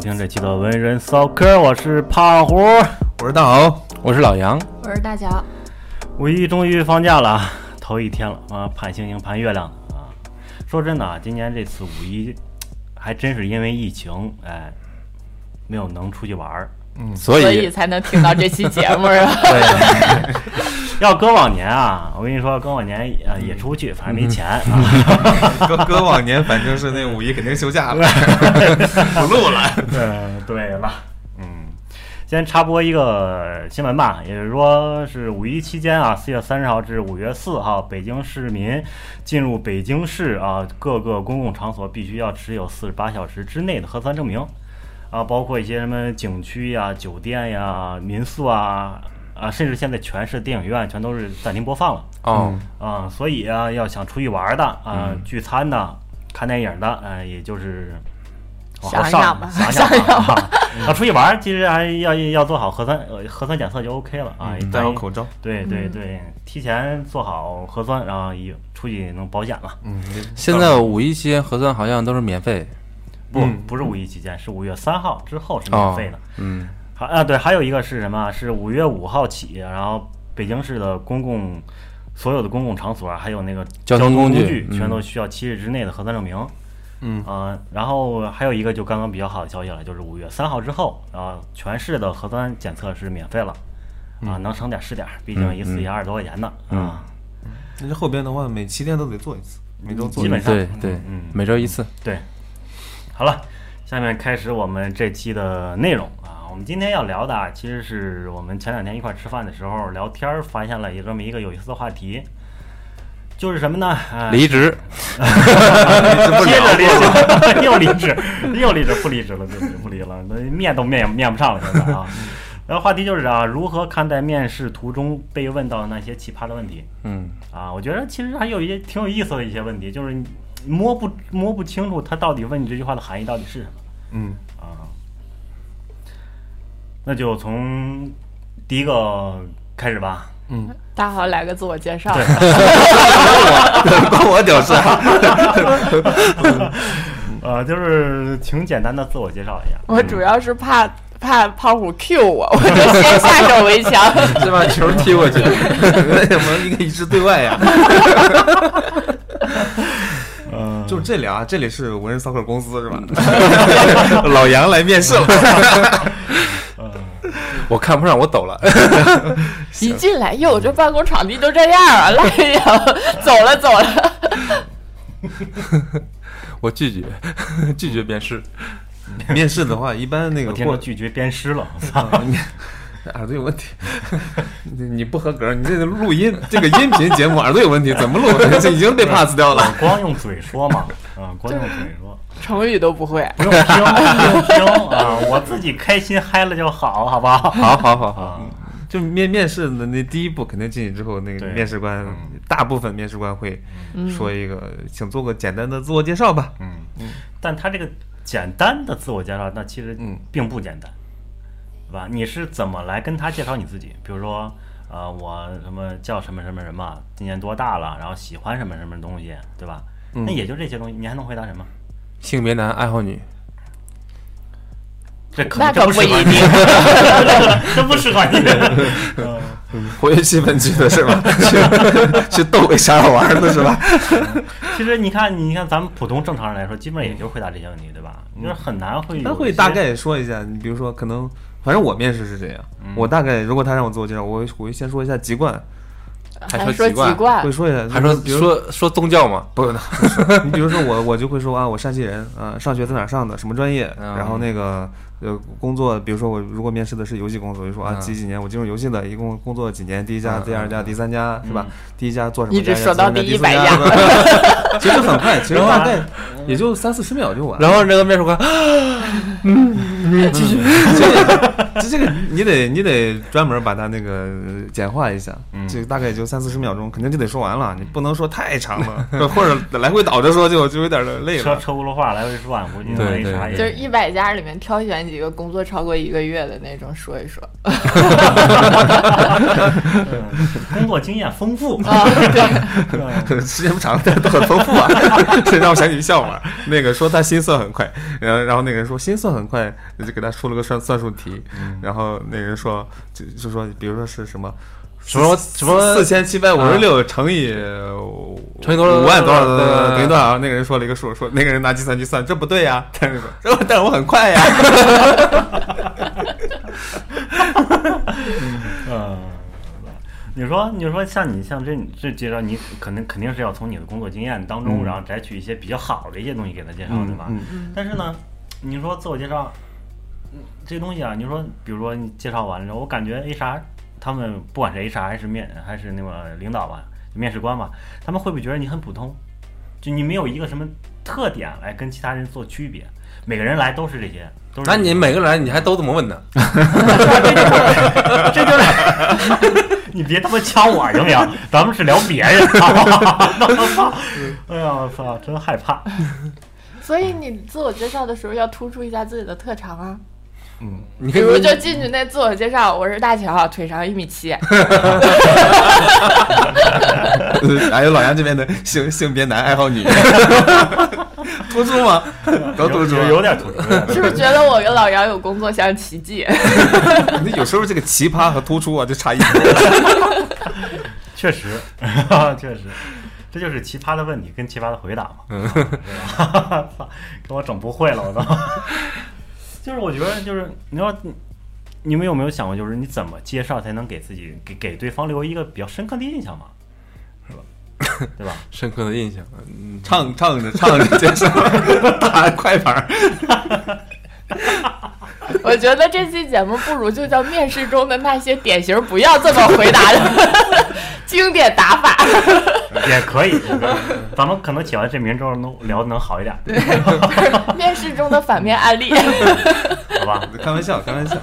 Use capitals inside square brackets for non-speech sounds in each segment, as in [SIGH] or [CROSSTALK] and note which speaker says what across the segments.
Speaker 1: 听这期的文人骚嗑，我是胖虎。
Speaker 2: 我是大豪，
Speaker 3: 我是老杨，
Speaker 4: 我是大脚，
Speaker 1: 五一终于放假了，啊，头一天了啊，盼星星盼月亮的啊。说真的啊，今年这次五一还真是因为疫情，哎，没有能出去玩儿。
Speaker 2: 嗯
Speaker 3: 所
Speaker 4: 所
Speaker 3: [LAUGHS]
Speaker 4: 以才能听到这期节目啊。
Speaker 1: 要搁往年啊，我跟你说，搁往年呃也出不去，反正没钱啊。
Speaker 2: 哥哥往年反正是那五一肯定休假了，不录了。
Speaker 1: 嗯，对了，嗯，先插播一个新闻吧，也就是说是五一期间啊，四月三十号至五月四号，北京市民进入北京市啊各个公共场所必须要持有四十八小时之内的核酸证明，啊，包括一些什么景区呀、酒店呀、民宿啊。啊，甚至现在全市电影院全都是暂停播放了
Speaker 3: 哦，
Speaker 2: 嗯
Speaker 1: 啊、所以啊，要想出去玩儿的啊、聚餐的、看电影的，呃，也就是往后
Speaker 4: 想
Speaker 1: 上
Speaker 4: 想吧
Speaker 1: 想
Speaker 4: 想
Speaker 1: 想
Speaker 4: 想
Speaker 1: 吧。啊，出去玩儿其实还要要做好核酸呃核酸检测就 OK 了啊，
Speaker 2: 哎嗯戴好口罩，
Speaker 1: 对对对，提前做好核酸，然后一出去能保险嘛。
Speaker 2: 嗯，
Speaker 3: 现在五一期间核酸好像都是免费，
Speaker 1: 不
Speaker 2: 嗯，
Speaker 1: 不是五一期间，是五月三号之后是
Speaker 3: 哦
Speaker 1: 免费的。
Speaker 3: 嗯，
Speaker 1: 还啊，对，还有一个是什么啊？是五月五号起，然后北京市的公共所有的公共场所，啊还有那个
Speaker 3: 交通
Speaker 1: 通
Speaker 3: 工具
Speaker 1: 具，全
Speaker 3: 嗯
Speaker 1: 都需要七日之内的核酸证明。
Speaker 2: 嗯
Speaker 1: 啊、然后还有一个就刚刚比较好的消息了，就是五月三号之后，然后全市的核酸检测是免费了，啊、
Speaker 3: 嗯
Speaker 1: 能省点是点儿，毕竟一次也二十多块钱呢，啊，
Speaker 2: 那这后边的话，每七天都得做一次，每周做
Speaker 1: 基
Speaker 2: 一
Speaker 1: 本
Speaker 2: 次。
Speaker 1: 上
Speaker 3: 对对
Speaker 1: 嗯，
Speaker 3: 每周一次，
Speaker 1: 对，好了，下面开始我们这期的内容啊。我们今天要聊的啊，其实是我们前两天一块儿吃饭的时候聊天儿，发现了一个这么一个有意思的话题，就是什么呢？
Speaker 2: 哎
Speaker 1: 啊、
Speaker 2: [LAUGHS]
Speaker 3: 离职，
Speaker 1: 接着离职， [LAUGHS] 又离职，又离职，不离职了，就不离了，那面都面面不上了，现在啊。然后话题就是啊，如何看待面试途中被问到的那些奇葩的问题？
Speaker 3: 嗯，
Speaker 1: 啊，我觉得其实还有一些挺有意思的一些问题，就是你摸不摸不清楚他到底问你这句话的含义到底是什么
Speaker 2: 嗯，
Speaker 1: 啊。那就从第一个开始吧。
Speaker 4: 大豪来个自我介绍，
Speaker 2: [LAUGHS] 关我屌事啊！嗯
Speaker 1: 呃，就是请简单的自我介绍一下。
Speaker 4: 我主要是怕怕胖虎 Q 我， [LAUGHS] 我就先下手为
Speaker 3: [LAUGHS]
Speaker 4: 强。
Speaker 2: [LAUGHS] 是把球踢 [LAUGHS] 过去，为什么一个一致对外呀？
Speaker 1: 嗯、
Speaker 2: 就这里啊，这里是文人骚客公司是吧？ [LAUGHS] 老杨来面试 [LAUGHS] 了，
Speaker 3: 我看不上，我走了，
Speaker 4: 一进来，哟，这办公场地就这样啊，赖着走了走
Speaker 3: [LAUGHS]
Speaker 4: 了。
Speaker 3: 我拒绝， [LAUGHS] 拒绝面试，
Speaker 2: 嗯 [LAUGHS] 面试的话，一般那个
Speaker 1: 我听着
Speaker 2: 过
Speaker 1: 拒绝鞭尸
Speaker 2: [LAUGHS]
Speaker 1: 了，我操！
Speaker 2: 耳朵有问题， [LAUGHS] 你你不合格，你这个录音这个音频节目耳朵有问题，怎么录？ [LAUGHS] 这已经被 pass 掉了。
Speaker 1: 光用嘴说嘛，啊，光用嘴说，
Speaker 4: 成语都不会，
Speaker 3: 哎
Speaker 1: 不用听，不用听啊，我自己开心嗨了就好，好不好？
Speaker 3: [LAUGHS] 好好好好，
Speaker 1: 啊，
Speaker 2: 就面面试的那第一步，肯定进去之后，那个
Speaker 1: 对
Speaker 2: 面试官，
Speaker 3: 嗯
Speaker 2: 大部分面试官会说一个，请做个简单的自我介绍吧。
Speaker 3: 嗯
Speaker 1: 但他这个简单的自我介绍，那其实
Speaker 2: 嗯
Speaker 1: 并不简单，对吧？你是怎么来跟他介绍你自己？比如说，呃，我什么叫什么什么什么，今年多大了，然后喜欢什么什么东西，对吧？
Speaker 3: 嗯
Speaker 1: 那也就这些东西，你还能回答什么？
Speaker 3: 性别男，爱好女，
Speaker 1: 这可
Speaker 4: 那
Speaker 1: 这
Speaker 4: 可
Speaker 1: 不
Speaker 4: 不
Speaker 1: 适合
Speaker 4: 一
Speaker 1: 你，
Speaker 4: 定。
Speaker 1: [LAUGHS] 这不适合你。 [LAUGHS] 嗯
Speaker 2: [LAUGHS] 活跃气氛去的是
Speaker 3: [LAUGHS]
Speaker 2: 吧？去去逗给傻好玩的是吧？
Speaker 1: 其实你看，你看咱们普通正常人来说，基本上也就回答这些问题，对吧？
Speaker 3: 嗯
Speaker 1: 你说很难会有一些，
Speaker 2: 他会大概说一下，你比如说，可能反正我面试是这样，
Speaker 3: 嗯
Speaker 2: 我大概如果他让我自我介绍，我会我会先说一下籍
Speaker 3: [LAUGHS]
Speaker 2: 贯，
Speaker 3: 还说
Speaker 4: 说
Speaker 3: 籍贯
Speaker 4: 贯
Speaker 2: 会，说一下，
Speaker 3: 嗯还说
Speaker 2: 比如说
Speaker 3: 说说宗教嘛，
Speaker 2: 不， [LAUGHS] 你 [LAUGHS] 比如说我，我就会说啊，我山西人，啊，上学在哪儿上的，什么专业，
Speaker 3: 嗯
Speaker 2: 然后那个呃工作，比如说我如果面试的是游戏公司，我就说啊
Speaker 3: 嗯
Speaker 2: 几几年我进入游戏的，一共工作了几年，第一家、
Speaker 3: 嗯
Speaker 2: 第二家、
Speaker 3: 嗯
Speaker 2: 第三家是吧？第一家做什么
Speaker 4: 一
Speaker 2: 家？
Speaker 4: 直说到
Speaker 2: 第
Speaker 4: 第一百
Speaker 2: 家，
Speaker 4: 家
Speaker 2: 第四
Speaker 3: [LAUGHS]
Speaker 2: 家 [LAUGHS] 其实很快，其实大
Speaker 3: 嗯
Speaker 2: 概也就三四十秒就完。
Speaker 3: 然后这个面 [LAUGHS] 试官，
Speaker 2: 啊 [LAUGHS] 这这个你得你得专门把它那个简化一下，这大概也就三四十秒钟，肯定就得说完了，你不能说太长了， [LAUGHS] 或者来回倒着说就就有点 [LAUGHS] 累
Speaker 1: 车
Speaker 2: 了。
Speaker 1: 车轱辘话来回转，估计
Speaker 3: 对
Speaker 1: 没啥
Speaker 3: 对
Speaker 1: 也
Speaker 4: 就是一百家里面挑选几个工作超过一个月的那种说一
Speaker 3: [LAUGHS]
Speaker 4: 说。
Speaker 1: 嗯工作经验丰富。
Speaker 4: 啊，
Speaker 2: [LAUGHS]
Speaker 4: 对， [LAUGHS]
Speaker 2: 时间不长，但都很丰富。富啊， [LAUGHS] 这让我想起一笑话。那个说他心算很快，然后然后那个人说心算很快，那就给他出了个算算术题，
Speaker 3: 嗯
Speaker 2: 然后那个人说就就说，比如说是什么。
Speaker 3: 什么什么啊
Speaker 2: 四千七百五十六乘以
Speaker 3: 乘以多少
Speaker 2: 五万多少
Speaker 3: 多少多少
Speaker 2: 等于多少？那个人说了一个数，说那个人拿计算机算，这不对呀。但
Speaker 3: [LAUGHS]
Speaker 2: 是说，这但是我很快呀。
Speaker 1: 嗯，你说，你说像你像这这介绍，你可能肯定是要从你的工作经验当中，然后摘取一些比较好的一些东西给他介绍，对吧？
Speaker 2: 嗯
Speaker 1: 但是呢，你说自我介绍，嗯这东西啊，你说，比如说你介绍完了之后，我感觉 HR 他们不管是 HR 还是面还是那个领导吧，面试官吧，他们会不会觉得你很普通？就你没有一个什么特点来跟其他人做区别？每个人来都是这些，都是
Speaker 3: 那
Speaker 1: 这
Speaker 3: 你
Speaker 1: 些
Speaker 3: 每个人你还都这么问呢？
Speaker 1: 这就是， [LAUGHS] 你别他妈抢我行不行？咱们是聊别人，
Speaker 4: [LAUGHS]
Speaker 1: 好不好哎呀，我操，真害怕。
Speaker 4: 所以你自我介绍的时候要突出一下自己的特长啊，
Speaker 3: 嗯你
Speaker 4: 比
Speaker 3: 可以
Speaker 4: 如就进去那自我介绍，我是大乔，腿长一米七，
Speaker 2: 呃还有老杨这边的性性别男爱好女， [LAUGHS] 突出吗？ [LAUGHS] 都突出
Speaker 1: 有，有
Speaker 4: [LAUGHS]
Speaker 1: 点突出。有点突出
Speaker 4: 是不是觉得我跟老杨有工作像奇迹？ [LAUGHS]
Speaker 2: 你有时候这个奇葩和突出啊，就差一点。
Speaker 1: 确实，确实，这就是奇葩的问题跟奇葩的回答嘛。 [LAUGHS] 嗯，操，给我整不会了，我都。就是我觉得，就是你要，你们有没有想过，就是你怎么介绍才能给自己给给对方留一个比较深刻的印象嘛？是吧？对吧？ [LAUGHS]
Speaker 3: 深刻的印象，嗯，
Speaker 2: 唱唱着唱着介绍，打快板儿。
Speaker 4: 我觉得这期节目不如就叫面试中的那些典型不要这么回答的 [LAUGHS] 经典打法。 [LAUGHS]
Speaker 1: 也可以，也可以咱们可能起完这名之后能聊的能好一点，
Speaker 4: 面试中的反面案例， [LAUGHS]
Speaker 1: 好吧？
Speaker 2: 开玩笑，开玩笑。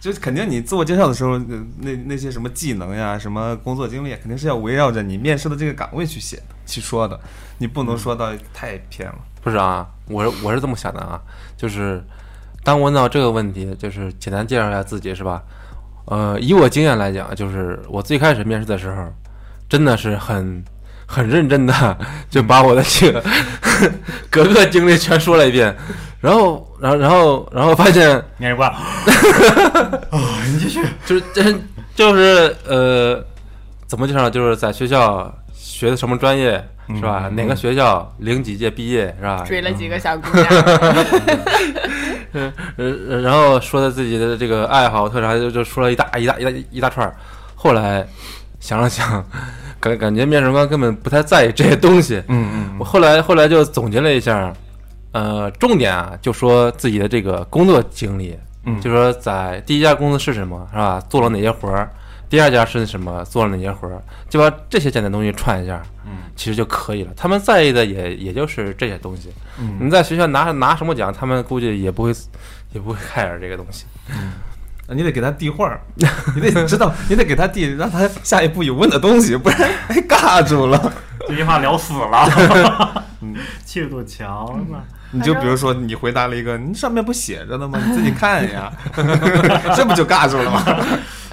Speaker 2: 就是肯定你自我介绍的时候，呃那那些什么技能呀、什么工作经历，肯定是要围绕着你面试的这个岗位去写的、去说的。你不能说到太偏了。
Speaker 3: 不是啊，我是我是这么想的啊，就是当问到这个问题，就是简单介绍一下自己是吧？呃，以我经验来讲，就是我最开始面试的时候，真的是很很认真的 [LAUGHS] 就把我的这个 [LAUGHS] 各个经历全说了一遍，然后然后然后然后发现
Speaker 1: 面试官，啊，
Speaker 4: [LAUGHS]
Speaker 1: 你继续。
Speaker 2: 啊
Speaker 3: 就是 [LAUGHS] 这就是呃，怎么介绍？就是在学校学的什么专业是吧？哪个学校零几届毕业是吧？
Speaker 4: 追了几个小姑娘，
Speaker 3: 呃，然后说的自己的这个爱好特长，就就说了一大一大一大一大串儿。后来想了想，感感觉面试官根本不太在意这些东西。
Speaker 2: 嗯
Speaker 3: 我后来后来就总结了一下，呃，重点啊，就说自己的这个工作经历，
Speaker 2: 嗯
Speaker 3: 就说在第一家公司是什么，是吧？做了哪些活儿？第二家是什么？做了哪些活儿？就把这些简单东西串一下，
Speaker 1: 嗯，
Speaker 3: 其实就可以了。他们在意的也也就是这些东西。
Speaker 2: 嗯
Speaker 3: 你在学校拿拿什么奖，他们估计也不会也不会 care 这个东西。
Speaker 2: 嗯，你得给他递话儿，你得知道，你得给他递，让他下一步有问的东西，不然哎尬住了。
Speaker 1: 这句话聊死了，
Speaker 2: 嗯，
Speaker 1: 气度强啊
Speaker 4: 嗯
Speaker 1: 了。
Speaker 2: 你就比如说你回答了一个，你上面不写着呢吗？你自己看呀，这不就尬住了吗？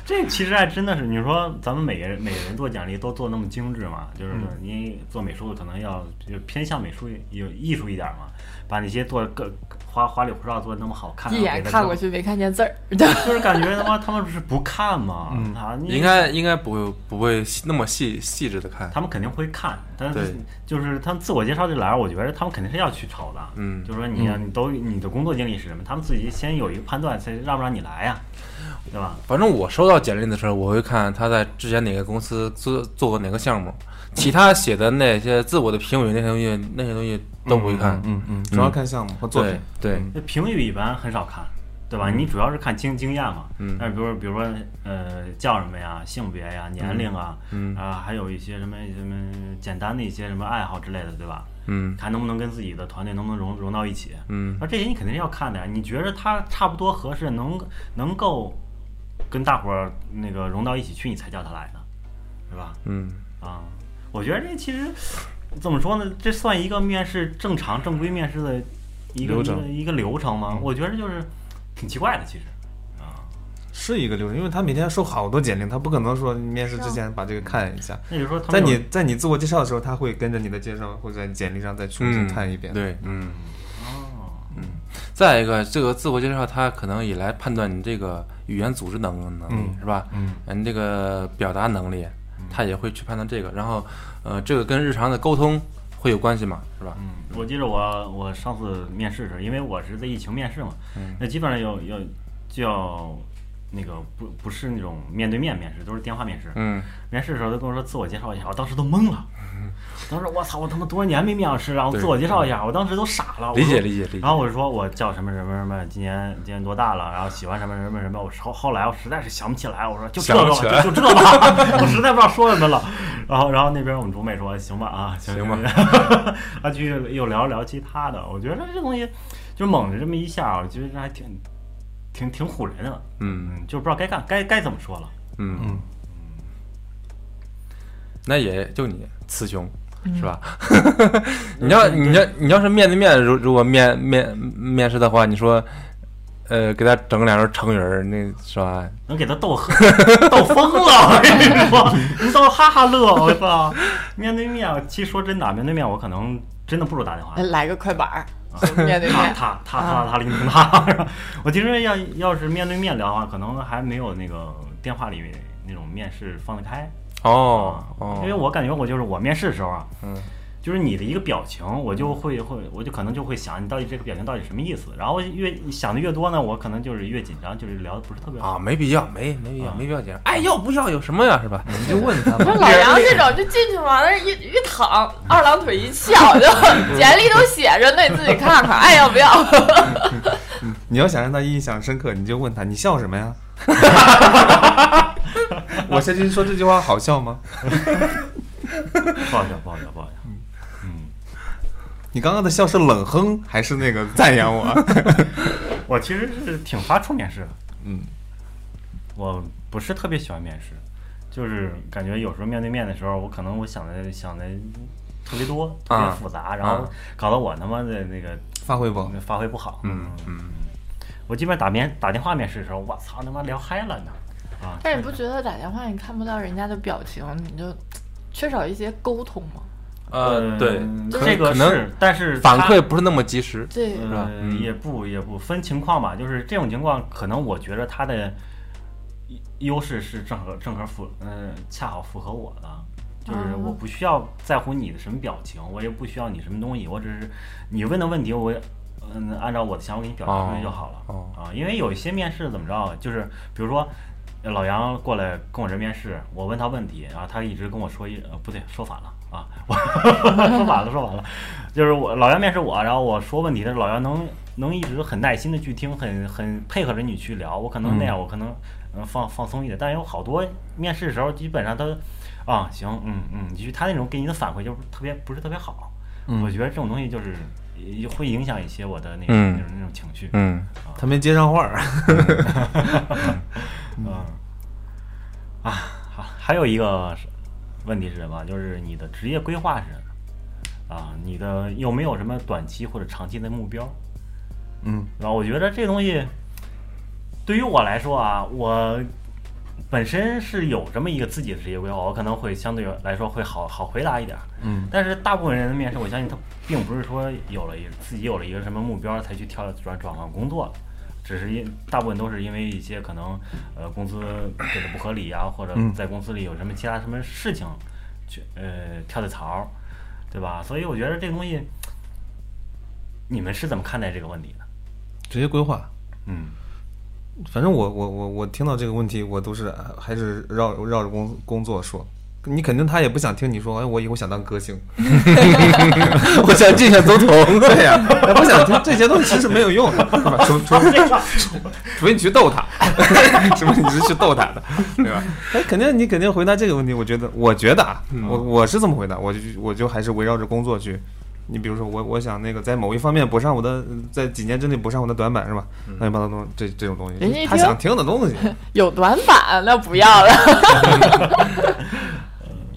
Speaker 1: 这其实还真的是，你说咱们每个人每个人做简历都做那么精致嘛？就是说
Speaker 4: 嗯
Speaker 1: 你做美术的可能要就是偏向美术有艺术一点嘛，把那些做个花花里胡哨做的那么好看，
Speaker 4: 一眼
Speaker 1: 给他
Speaker 4: 看
Speaker 1: 做
Speaker 4: 过，去没看见字儿， [LAUGHS]
Speaker 1: 就是感觉他妈他们是不看嘛？
Speaker 2: 嗯
Speaker 1: 啊，你
Speaker 3: 应该应该不会不会细那么细细致的看。
Speaker 1: 他们肯定会看，但是
Speaker 3: 对
Speaker 1: 就是他们自我介绍这栏儿，我觉得他们肯定是要去炒的。
Speaker 3: 嗯
Speaker 1: 就是说你啊你都你的工作经历是什么，他们自己先有一个判断，才让不让你来呀，对吧？
Speaker 3: 反正我收到简历的时候，我会看他在之前哪个公司做做过哪个项目，其他写的那些自我的评语那些东西那些东西都不会看。
Speaker 2: 嗯嗯，主要看项目和作品
Speaker 3: 对。对，
Speaker 1: 那评语一般很少看，对吧？你主要是看经经验嘛。
Speaker 3: 嗯
Speaker 1: 但是比如比如说呃叫什么呀、性别呀、年龄啊，
Speaker 3: 嗯
Speaker 1: 啊还有一些什么什么简单的一些什么爱好之类的，对吧？
Speaker 3: 嗯
Speaker 1: 看能不能跟自己的团队能不能融融到一起。
Speaker 3: 嗯
Speaker 1: 那这些你肯定是要看的呀。你觉得他差不多合适，能能够跟大伙儿那个融到一起去，你才叫他来呢，是吧？
Speaker 3: 嗯，
Speaker 1: 啊，我觉得这其实怎么说呢？这算一个面试正常正规面试的一个
Speaker 2: 流
Speaker 1: 一个
Speaker 2: 程
Speaker 1: 一个流程吗？我觉得就是挺奇怪的，其实。啊，
Speaker 2: 是一个流程，因为他每天要收好多简历，他不可能说面试之前把这个看一下。
Speaker 1: 那你说他
Speaker 2: 在
Speaker 1: 们有
Speaker 2: 你在你自我介绍的时候，他会跟着你的介绍或者在简历上再重新看一遍。
Speaker 3: 对，嗯，哦，嗯，再一个，这个自我介绍，它可能也来判断你这个语言组织能能力、是吧？嗯，你这个表达能力，它也会去判断这个。然后，呃，这个跟日常的沟通会有关系嘛，是吧？
Speaker 1: 嗯我记得我我上次面试的时候，因为我是在疫情面试嘛，那基本上要要就要那个不不是那种面对面面试，都是电话面试。
Speaker 3: 嗯，
Speaker 1: 面试的时候他跟我说自我介绍一下，我当时都懵了。当时我操，我他妈多少年没面试了，我
Speaker 3: 对
Speaker 1: 自我介绍一下，我当时都傻了。我
Speaker 3: 理解
Speaker 1: 说
Speaker 3: 理解理解
Speaker 1: 然。后我就说我叫什么什么什么，今年今年多大了，然后喜欢什么什么什么。我后后来我实在是想不起来，我说就这
Speaker 3: 想
Speaker 1: 个
Speaker 3: 不
Speaker 1: 吧，
Speaker 3: 起来
Speaker 1: 就就这吧， [LAUGHS] 我实在不知道说什么了。然后然后那边我们主美说行吧啊，
Speaker 3: 行吧。
Speaker 1: [LAUGHS] 他去又聊了聊其他的，我觉得这东西就猛着这么一下，啊我觉得还挺挺挺唬人的，
Speaker 3: 嗯
Speaker 1: 嗯，就不知道该干该该怎么说了。
Speaker 3: 嗯嗯，那也就你雌雄。是吧？ [LAUGHS] 你要你要你要是面对面，如如果面面面试的话，你说，呃，给他整两人成语儿，那是吧？
Speaker 1: 能给他逗呵 [LAUGHS] 逗疯了，我跟你说，你逗哈哈乐，我操！面对面，其实说真的，面对面我可能真的不如打电话。
Speaker 4: 来个快板儿，就面对 [LAUGHS]
Speaker 1: 他
Speaker 4: 面。
Speaker 1: 他他他他铃铛他， [LAUGHS] 我其实要要是面对面聊的话，可能还没有那个电话里面那种面试放得开。啊
Speaker 3: 哦哦，
Speaker 1: 因为我感觉我就是我面试的时候啊，
Speaker 3: 嗯，
Speaker 1: 就是你的一个表情，我就会会我就可能就会想你到底这个表情到底什么意思，然后越想的越多呢，我可能就是越紧张，就是聊的不是特别好。
Speaker 3: 啊，没必要，没没必要，
Speaker 1: 啊
Speaker 3: 没必要讲。哎，要不要有什么呀？是吧？
Speaker 2: 你就问他
Speaker 4: 就
Speaker 2: 吧。
Speaker 4: 老杨这种，就进去往那儿一一躺，二郎腿一翘，就简历都写着呢，你自己看看，爱要不要？
Speaker 2: 你要想让他印象深刻，你就问他你笑什
Speaker 1: [LAUGHS]
Speaker 2: 么呀？我下去说这句话好笑吗？
Speaker 1: 不好笑，不好笑，不好笑。嗯。
Speaker 2: 你刚刚的笑是冷哼还是那个赞扬我？ [LAUGHS]
Speaker 1: 我其实是挺发怵面试的，
Speaker 2: 嗯，
Speaker 1: 我不是特别喜欢面试，就是感觉有时候面对面的时候，我可能我想的想的特别多，特别
Speaker 3: 啊
Speaker 1: 复杂，然后
Speaker 3: 啊
Speaker 1: 搞得我他妈的那个
Speaker 2: 发挥不？
Speaker 1: 发挥不好。
Speaker 3: 嗯嗯，
Speaker 1: 我基本上打面打电话面试的时候，我操他妈聊嗨了呢，啊！
Speaker 4: [LAUGHS] 但是你不觉得打电话你看不到人家的表情，你就缺少一些沟通吗？
Speaker 3: [LAUGHS] 呃，
Speaker 1: 嗯
Speaker 3: 对，可
Speaker 1: 这个
Speaker 3: 可能
Speaker 1: 是，但是
Speaker 3: 反
Speaker 1: 他
Speaker 3: 馈不是那么及时。
Speaker 4: 对，
Speaker 1: 呃
Speaker 3: 是吧嗯
Speaker 1: 也不也不分情况吧，就是这种情况，可能我觉得他的优优势是正合正合符，嗯、恰好符合我的。就是
Speaker 3: 哦
Speaker 1: 我不需要在乎你的什么表情，我也不需要你什么东西，我只是你问的问题，我也嗯按照我的想法给你表达出来就好了、
Speaker 3: 哦
Speaker 1: 啊。因为有一些面试怎么着，就是比如说呃老杨过来跟我这面试，我问他问题，然后他一直跟我说一呃不对，说反了啊， [LAUGHS] 我说反了说反了，就是我老杨面试我，然后我说问题的时候，老杨能能一直很耐心的去听，很很配合着你去聊。我可能那样，我可能嗯放放松一点，但有好多面试的时候，基本上他啊行嗯嗯，就是他那种给你的反馈就是特别不是特别好。我觉得这种东西就是也会影响一些我的那种、
Speaker 3: 嗯
Speaker 1: 那种那种情绪。
Speaker 3: 嗯，
Speaker 2: 他没接上话儿。嗯
Speaker 1: 啊好，还有一个是问题是什么？就是你的职业规划是什么？啊，你的有没有什么短期或者长期的目标？
Speaker 2: 嗯，
Speaker 1: 然后我觉得这东西对于我来说啊，我本身是有这么一个自己的职业规划，我可能会相对来说会好好回答一点。
Speaker 2: 嗯，
Speaker 1: 但是大部分人的面试，我相信他并不是说有了一自己有了一个什么目标才去跳转转换工作的，只是因大部分都是因为一些可能呃工资给的不合理啊，或者
Speaker 2: 嗯
Speaker 1: 在公司里有什么其他什么事情去呃跳的槽儿，对吧？所以我觉得这个东西，你们是怎么看待这个问题的？
Speaker 2: 职业规划，
Speaker 1: 嗯
Speaker 2: 反正我我我我听到这个问题，我都是还是绕绕着工工作说。你肯定他也不想听你说，哎，我以后想当歌星， [LAUGHS] 我想竞选总统，对呀、他不想听这些东西，其实没有用，对吧？除除除非你去逗他， [LAUGHS] 除非你是去逗他的，对吧？哎，肯定你肯定回答这个问题，我觉得，我觉得啊，我我是这么回答，我就我就还是围绕着工作去。你比如说我，我想那个在某一方面补上我的，在几年之内补上我的短板是吧？乱七八糟东这这种东
Speaker 4: 人家
Speaker 2: 西，
Speaker 4: 一
Speaker 2: 他
Speaker 4: 听
Speaker 2: 想听的东西， [LAUGHS]
Speaker 4: 有短板那不要
Speaker 3: [LAUGHS]
Speaker 4: 了。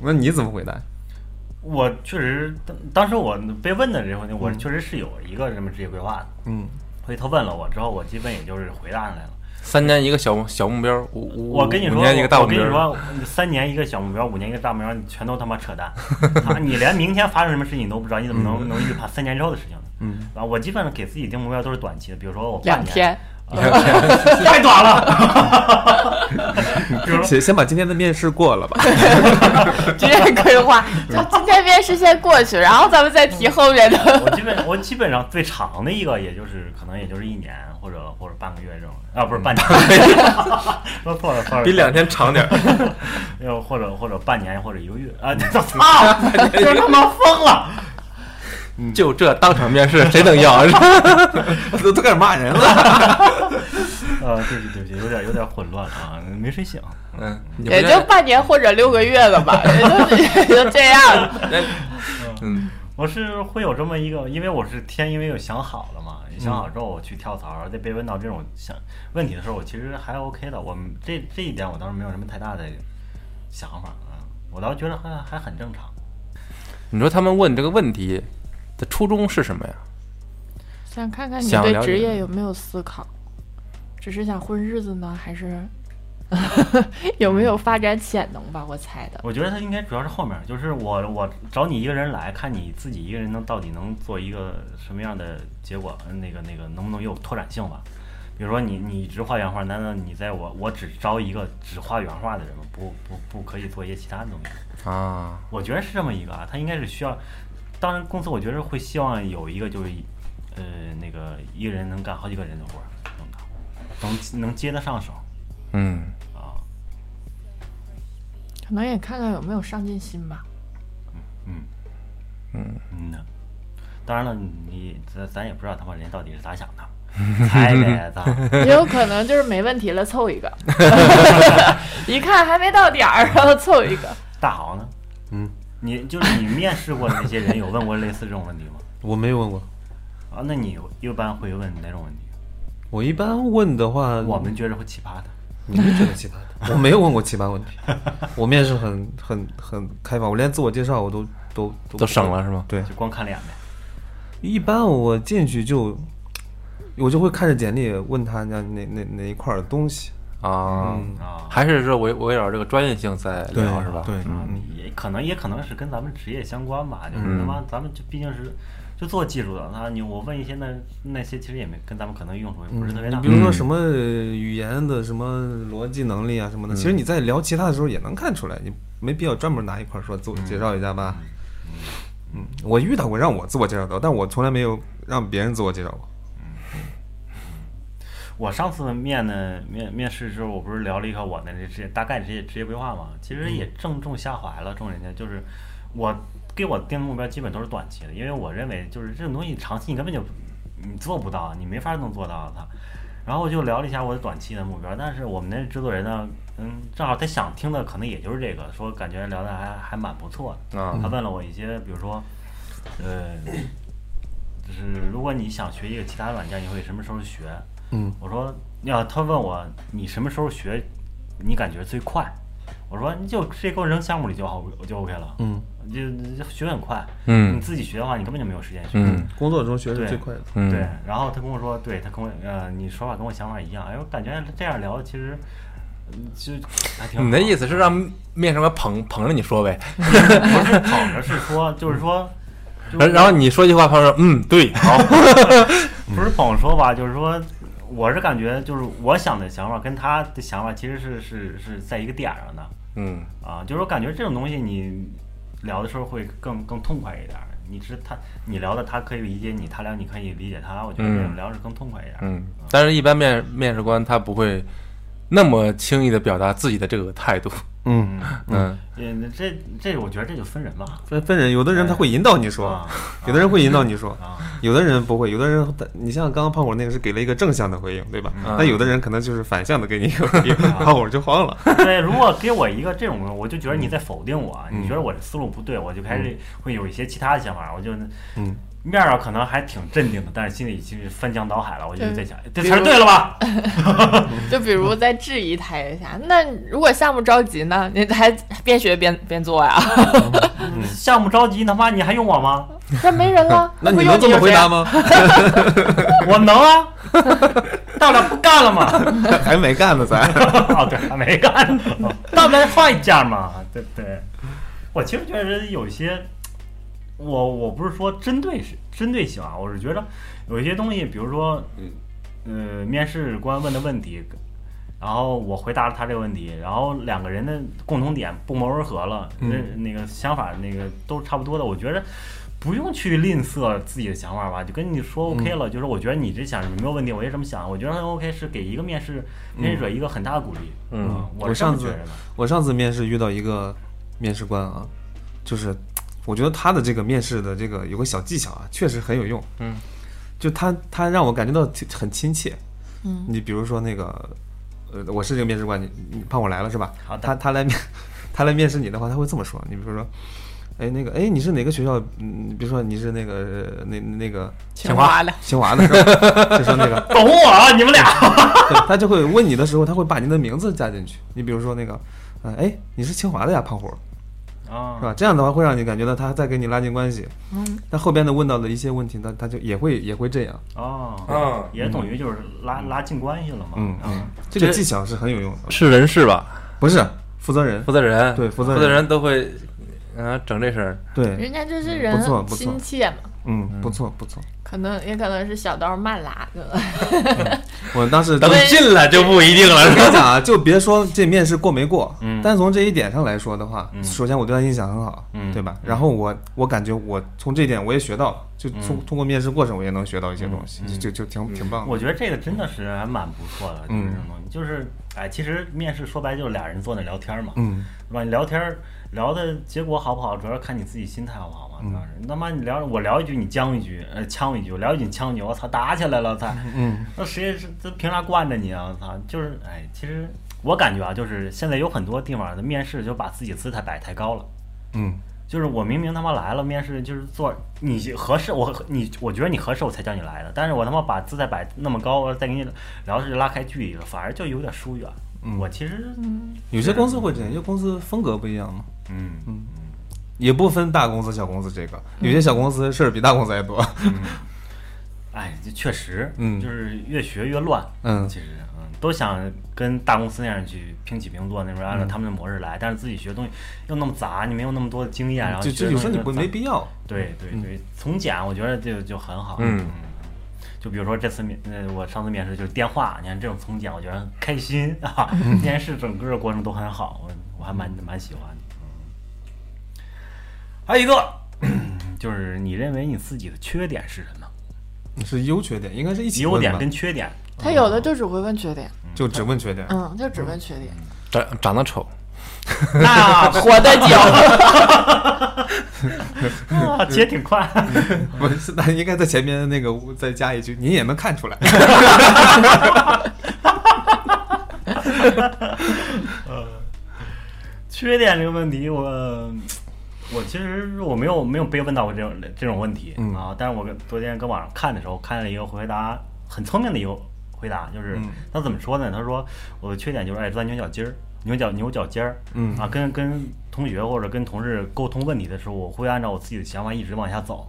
Speaker 2: 那你怎么回答？
Speaker 1: 我确实，当当时我被问的这个问题，我确实是有一个什么职业规划的。
Speaker 2: 嗯
Speaker 1: 所以他问了我之后，我基本也就是回答上来了。
Speaker 3: 三年一个小小目标，五五
Speaker 1: 我跟你说，
Speaker 3: 五年一个大
Speaker 1: 我
Speaker 3: 目
Speaker 1: 跟你
Speaker 3: 标，
Speaker 1: 说，三年一个小目标，五年一个大目标，你全都他妈
Speaker 3: [LAUGHS]
Speaker 1: 扯淡。他妈你连明天发生什么事情你都不知道，你怎么能
Speaker 3: 嗯
Speaker 1: 能预判三年之后的事情呢？
Speaker 2: 嗯，
Speaker 1: 啊，我基本上给自己定目标都是短期的，比如说我半
Speaker 4: 两
Speaker 1: 年，啊
Speaker 4: 天，
Speaker 3: [LAUGHS]
Speaker 1: 太短了。比如说
Speaker 2: 先先把今天的面试过了吧。
Speaker 4: 直接规
Speaker 3: [LAUGHS]
Speaker 4: 划，就今天面试先过去，然后咱们再提后面的。
Speaker 1: 我基本我基本上最长的一个，也就是可能也就是一年或者或者半个月这种啊，
Speaker 3: 嗯
Speaker 1: 不是半年，说错了，错了，
Speaker 3: 比两天长
Speaker 2: [LAUGHS]
Speaker 3: 点儿。
Speaker 1: 又呃或者或者半年或者一个月
Speaker 3: 嗯
Speaker 1: 啊，操，
Speaker 3: [LAUGHS]
Speaker 1: 就是他妈疯了。
Speaker 3: 就这当场面试，谁能要？
Speaker 2: 都都开始骂人了。
Speaker 1: 呃，对不起对不起，有点有点混乱了啊，没睡醒。
Speaker 3: 嗯，你不
Speaker 4: 也就半年或者六个月了
Speaker 3: [LAUGHS]
Speaker 4: 吧，也就也就这样。
Speaker 3: 哎嗯，
Speaker 1: 我是会有这么一个，因为我是天，因为有想好了嘛，想好之后我去跳槽，而且被问到这种想问题的时候，我其实还 OK 的。我们这这一点我倒是没有什么太大的想法啊，我倒觉得还还很正常。
Speaker 3: 你说他们问这个问题的初衷是什么呀？
Speaker 4: 想看看你
Speaker 3: 想
Speaker 4: 对
Speaker 3: 了解
Speaker 4: 职业有没有思考，只是想混日子呢，还是 [LAUGHS] 有没有发展潜能吧？我猜的。
Speaker 1: 我觉得他应该主要是后面，就是我我找你一个人来看你自己一个人能到底能做一个什么样的结果，嗯那个那个能不能有拓展性吧？比如说你你只画原画，难道你在我我只招一个只画原画的人吗？不不不可以做一些其他的东西吗？
Speaker 3: 啊，
Speaker 1: 我觉得是这么一个啊，他应该是需要，当然公司我觉得会希望有一个就是，呃，那个一个人能干好几个人的活儿，能干，能能接得上手
Speaker 3: 嗯，
Speaker 1: 啊，
Speaker 4: 可能也看看有没有上进心
Speaker 3: [LAUGHS]
Speaker 4: 吧。
Speaker 1: 嗯，嗯嗯呢，当然了，你咱咱也不知道他妈人家到底是咋想的，猜呗，操，
Speaker 4: 也有可能就是没问题了，凑一
Speaker 3: [LAUGHS]
Speaker 4: 个。 [LAUGHS] 一看还没到点儿，然后凑一个。
Speaker 1: 大豪呢？
Speaker 2: 嗯，
Speaker 1: 你就是你面试过的那些人，有问过类似这种问题吗？
Speaker 2: 我没问过，
Speaker 1: 啊，那你一般会问哪种问题？
Speaker 2: 我一般问的话，
Speaker 1: 我们觉着会奇葩的。
Speaker 2: 你们觉得奇葩的，我 [LAUGHS] 没有问过奇葩问题。我面试很很很开放，我连自我介绍我都都都
Speaker 3: 都省了是吗？
Speaker 2: 对，
Speaker 1: 就光看脸呗，
Speaker 2: 一般我进去就我就会看着简历问他那哪哪哪一块儿的东西，
Speaker 3: 啊，
Speaker 1: 啊，
Speaker 3: 还是说围围绕这个专业性在聊是吧？嗯
Speaker 2: 对，
Speaker 1: 啊，也可能也可能是跟咱们职业相关吧，就是他妈咱们就毕竟是就做技术的，那你我问一些那那些其实也没跟咱们可能用处也不是特别大
Speaker 2: 你比。如说什么语言的什么逻辑能力啊什么的，其实你在聊其他的时候也能看出来，你没必要专门拿一块儿说自我介绍一下吧。嗯，我遇到过让我自我介绍的，但我从来没有让别人自我介绍过。
Speaker 1: 我上次面呢面面试之后，我不是聊了一个我的这职业大概职业职业规划嘛，其实也正中下怀了，中人家就是我给我定的目标基本都是短期的，因为我认为就是这种东西长期你根本就你做不到，你没法能做到它。然后我就聊了一下我的短期的目标，但是我们那制作人呢，嗯，正好他想听的可能也就是这个，说感觉聊的还还蛮不错的。
Speaker 3: 啊
Speaker 1: 他问了我一些，比如说，呃，就是如果你想学一个其他软件，你会什么时候学？
Speaker 2: 嗯，
Speaker 1: 我说呀，他问我你什么时候学，你感觉最快？我说你就直接给我扔项目里就好，我就 OK 了。
Speaker 2: 嗯
Speaker 1: 就，就学很快。
Speaker 3: 嗯
Speaker 1: 你自己学的话，你根本就没有时间学。
Speaker 3: 嗯
Speaker 2: 工作中学
Speaker 1: 对
Speaker 2: 是最快的。
Speaker 3: 嗯
Speaker 1: 对，然后他跟我说，对他跟我呃，你说法跟我想法一样，哎，我感觉这样聊其实嗯就还挺好。
Speaker 3: 你的意
Speaker 1: 思
Speaker 3: 思是让面试官捧捧着你说呗，
Speaker 1: 不是捧着，是说就是说，就是
Speaker 3: 嗯然后你说句话，他说嗯 [LAUGHS] 对，好，
Speaker 1: 不是捧说吧，就是说，我是感觉就是我想的想法跟他的想法其实是是是在一个点儿上的
Speaker 3: 嗯
Speaker 1: 啊，就是我感觉这种东西你聊的时候会更更痛快一点儿。你知他你聊的他可以理解你，他聊你可以理解他，我觉得这种
Speaker 3: 嗯
Speaker 1: 聊是更痛快一点儿。
Speaker 3: 嗯，但是一般面面试官他不会那么轻易的表达自己的这个态度，
Speaker 2: 嗯，
Speaker 3: 嗯
Speaker 1: 嗯，这这我觉得这就分人吧。
Speaker 2: 分分人，有的人他会引导你说，
Speaker 1: 啊
Speaker 2: 有的人会引导你说，
Speaker 1: 啊，
Speaker 2: 有的人不会，有的人他你像刚刚胖虎那个是给了一个正向的回应，对吧？
Speaker 3: 嗯
Speaker 2: 但有的人可能就是反向的给你一个回应， [LAUGHS] 胖虎就慌了。
Speaker 1: 对，如果给我一个这种，我就觉得你在否定我，
Speaker 3: 嗯
Speaker 1: 你觉得我的思路不对，我就开始会有一些其他的想法，我就
Speaker 2: 嗯，
Speaker 1: 面儿上可能还挺镇定的，但是心里其实翻江倒海了。我就
Speaker 4: 对
Speaker 1: 在想，哎这词儿对了吧？
Speaker 4: 就比如再质疑他一下，那如果项目着急呢，你还边学边边做呀？
Speaker 1: 项目着急，他妈你还用我吗？
Speaker 4: [LAUGHS] 那没人了，
Speaker 2: [LAUGHS] 那
Speaker 4: 不
Speaker 2: 你
Speaker 4: 用
Speaker 2: 能这么
Speaker 4: 就
Speaker 2: 回答
Speaker 4: 样？
Speaker 2: 吗？
Speaker 1: 我能啊，
Speaker 5: 到了不干了嘛，
Speaker 2: [LAUGHS] 还没干呢，咱
Speaker 1: [LAUGHS] 哦，对，还没干呢，大不了换一家嘛，对不对？我其实觉得有些，我我不是说针对是针对性啊，我是觉得有一些东西，比如说，呃，面试官问的问题，然后我回答了他这个问题，然后两个人的共同点不谋而合了，那、那个想法那个都差不多的，我觉得。不用去吝啬自己的想法吧，就跟你说 OK 了，就是我觉得你这想没有问题，我也这么想，我觉得很 OK，是给一个面试面试者一个很大的鼓励。
Speaker 3: 嗯
Speaker 1: 我
Speaker 2: 我
Speaker 1: 是这么
Speaker 2: 上
Speaker 1: 觉
Speaker 2: 次
Speaker 1: 得的。 [LAUGHS]
Speaker 2: 我上次面试遇到一个面试官啊，就是我觉得他的这个面试的这个有个小技巧啊，确实很有用。
Speaker 3: 嗯，
Speaker 2: 就他他让我感觉到挺很亲切。
Speaker 4: 嗯，
Speaker 2: 你比如说那个，呃，我是这个面试官，你你怕我来了是吧？
Speaker 1: 好的
Speaker 2: 他他来面他来面试你的话，他会这么说。你比如说。哎，那个，哎，你是哪个学校？嗯，比如说你是那个，呃那那个
Speaker 3: 清华
Speaker 4: 了，
Speaker 2: 清华的，
Speaker 1: [LAUGHS]
Speaker 2: 是吧？就说那个，
Speaker 1: 懂我啊，你们俩。
Speaker 2: 对，他就会问你的时候，他会把你的名字加进去。你比如说那个，呃，哎，你是清华的呀，胖虎，
Speaker 1: 啊
Speaker 2: 是吧？这样的话会让你感觉到他在跟你拉近关系。嗯。但后边的问到的一些问题，他他就也会也会这样。
Speaker 1: 哦
Speaker 3: 嗯，
Speaker 1: 也等于就是拉拉近关系了嘛。
Speaker 2: 嗯
Speaker 1: 啊，
Speaker 2: 这个
Speaker 3: 这
Speaker 2: 技巧是很有用的。
Speaker 3: 是人是吧？
Speaker 2: 不是负责人，
Speaker 3: 负责人
Speaker 2: 对负责
Speaker 3: 责
Speaker 2: 人
Speaker 3: 人都会啊整这事儿，
Speaker 2: 对，
Speaker 4: [LAUGHS] 人家就是
Speaker 2: 不错
Speaker 4: 人
Speaker 2: 不错
Speaker 4: 亲切嘛，
Speaker 2: 嗯，不错不错。
Speaker 4: 可能也可能是小刀慢拉的，
Speaker 2: [LAUGHS] 我当时
Speaker 3: [LAUGHS] 等
Speaker 4: 对
Speaker 3: 进了就不一定了，
Speaker 2: 我
Speaker 3: 是
Speaker 2: 跟
Speaker 3: 吧？
Speaker 2: 你讲啊，就别说这面试过没过，单从这一点上来说的话，首先我对他印象很好，
Speaker 1: 嗯
Speaker 2: 对吧？然后我我感觉我从这一点我也学到了，就通、通过面试过程我也能学到一些东西，就就挺挺棒的。
Speaker 1: 我觉得这个真的是还蛮不错的，就是这种东西。就是哎，其实面试说白就是俩人坐那聊天嘛，
Speaker 2: 嗯，
Speaker 1: 对吧？你聊天儿聊的结果好不好，主要是看你自己心态好不好嘛。
Speaker 2: 嗯
Speaker 1: 主要是你他妈你聊我聊一句你将一句，呃，呛一句，我聊一句你呛一句，我操，打起来了，操！
Speaker 2: 嗯，
Speaker 1: 那谁是这凭啥惯着你啊？我操，就是哎，其实我感觉啊，就是现在有很多地方的面试就把自己姿态摆太高了。
Speaker 2: 嗯，
Speaker 1: 就是我明明他妈来了面试，就是做你合适我你我觉得你合适我才叫你来的，但是我他妈把姿态摆那么高，我再给你聊是拉开距离了，反而就有点疏远。
Speaker 2: 嗯
Speaker 1: 我其实
Speaker 2: 有些公司会这样，有些公司风格不一样嘛，
Speaker 1: 嗯嗯
Speaker 2: 也不分大公司小公司这个，有些小公司事儿比大公司还多。
Speaker 1: 哎，这确实，
Speaker 2: 嗯
Speaker 1: 就是越学越乱，
Speaker 2: 嗯
Speaker 1: 其实，嗯，都想跟大公司那样去平起平坐，那边按
Speaker 2: 嗯
Speaker 1: 照他们的模式来，但是自己学的东西又那么杂，你没有那么多的经验，然后
Speaker 2: 嗯就
Speaker 1: 学
Speaker 2: 就
Speaker 1: 的
Speaker 2: 有
Speaker 1: 东西
Speaker 2: 时候你
Speaker 1: 又
Speaker 2: 不
Speaker 1: 杂
Speaker 2: 没必嗯要，
Speaker 1: 对对对，从简我觉得就就很好，
Speaker 3: 嗯
Speaker 1: 就比如说这次面，呃，我上次面试就是电话，你看这种从简，我觉得很开心啊，
Speaker 2: 嗯
Speaker 1: [LAUGHS] 面试整个过程都很好，我我还蛮蛮喜欢的。嗯，还有一个 [CLEARS THROAT] 就是你认为你自己的缺点是什么？
Speaker 2: 是优缺点，应该是一起
Speaker 1: 优
Speaker 2: 问
Speaker 1: 点
Speaker 2: 吧
Speaker 1: 跟缺点，
Speaker 4: 他有的就只会问缺点，
Speaker 2: 就只问缺点。
Speaker 4: 嗯，就只问缺点，
Speaker 3: 长长得丑，
Speaker 2: 嗯
Speaker 4: [LAUGHS] 那活得久，
Speaker 1: 啊，接挺快。
Speaker 2: [LAUGHS] 不是，那应该在前面那个再加一句，你也能看出来。 [LAUGHS]
Speaker 1: 缺点这个问题，我我其实我没有没有被问到过这种这种问题、
Speaker 2: 嗯
Speaker 1: 啊。但是我跟昨天跟网上看的时候，看了一个回答，很聪明的一个回答，就是、
Speaker 2: 嗯
Speaker 1: 他怎么说呢？他说我的缺点就是爱钻牛角尖儿，牛角牛角尖儿。
Speaker 2: 嗯
Speaker 1: 啊，跟跟同学或者跟同事沟通问题的时候，我会按照我自己的想法一直往下走。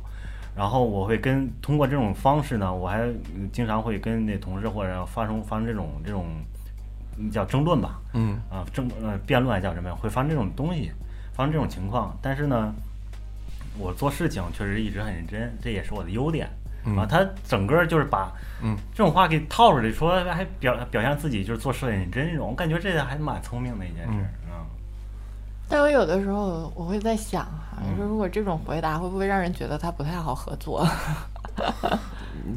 Speaker 1: 然后我会跟通过这种方式呢，我还嗯经常会跟那同事或者发生发生这种这种嗯叫争论吧，
Speaker 2: 嗯
Speaker 1: 啊争呃辩论还叫什么呀？会发生这种东西，发生这种情况。但是呢，我做事情确实一直很认真，这也是我的优点。啊，他整个就是把
Speaker 2: 嗯
Speaker 1: 这种话给套出来说，还表表现自己就是做事很认真这种，我感觉这还蛮聪明的一件事
Speaker 2: 嗯
Speaker 1: 啊。
Speaker 4: [LAUGHS] 但我有的时候我会在想哈、
Speaker 2: 嗯
Speaker 4: 说如果这种回答会不会让人觉得他不太好合作？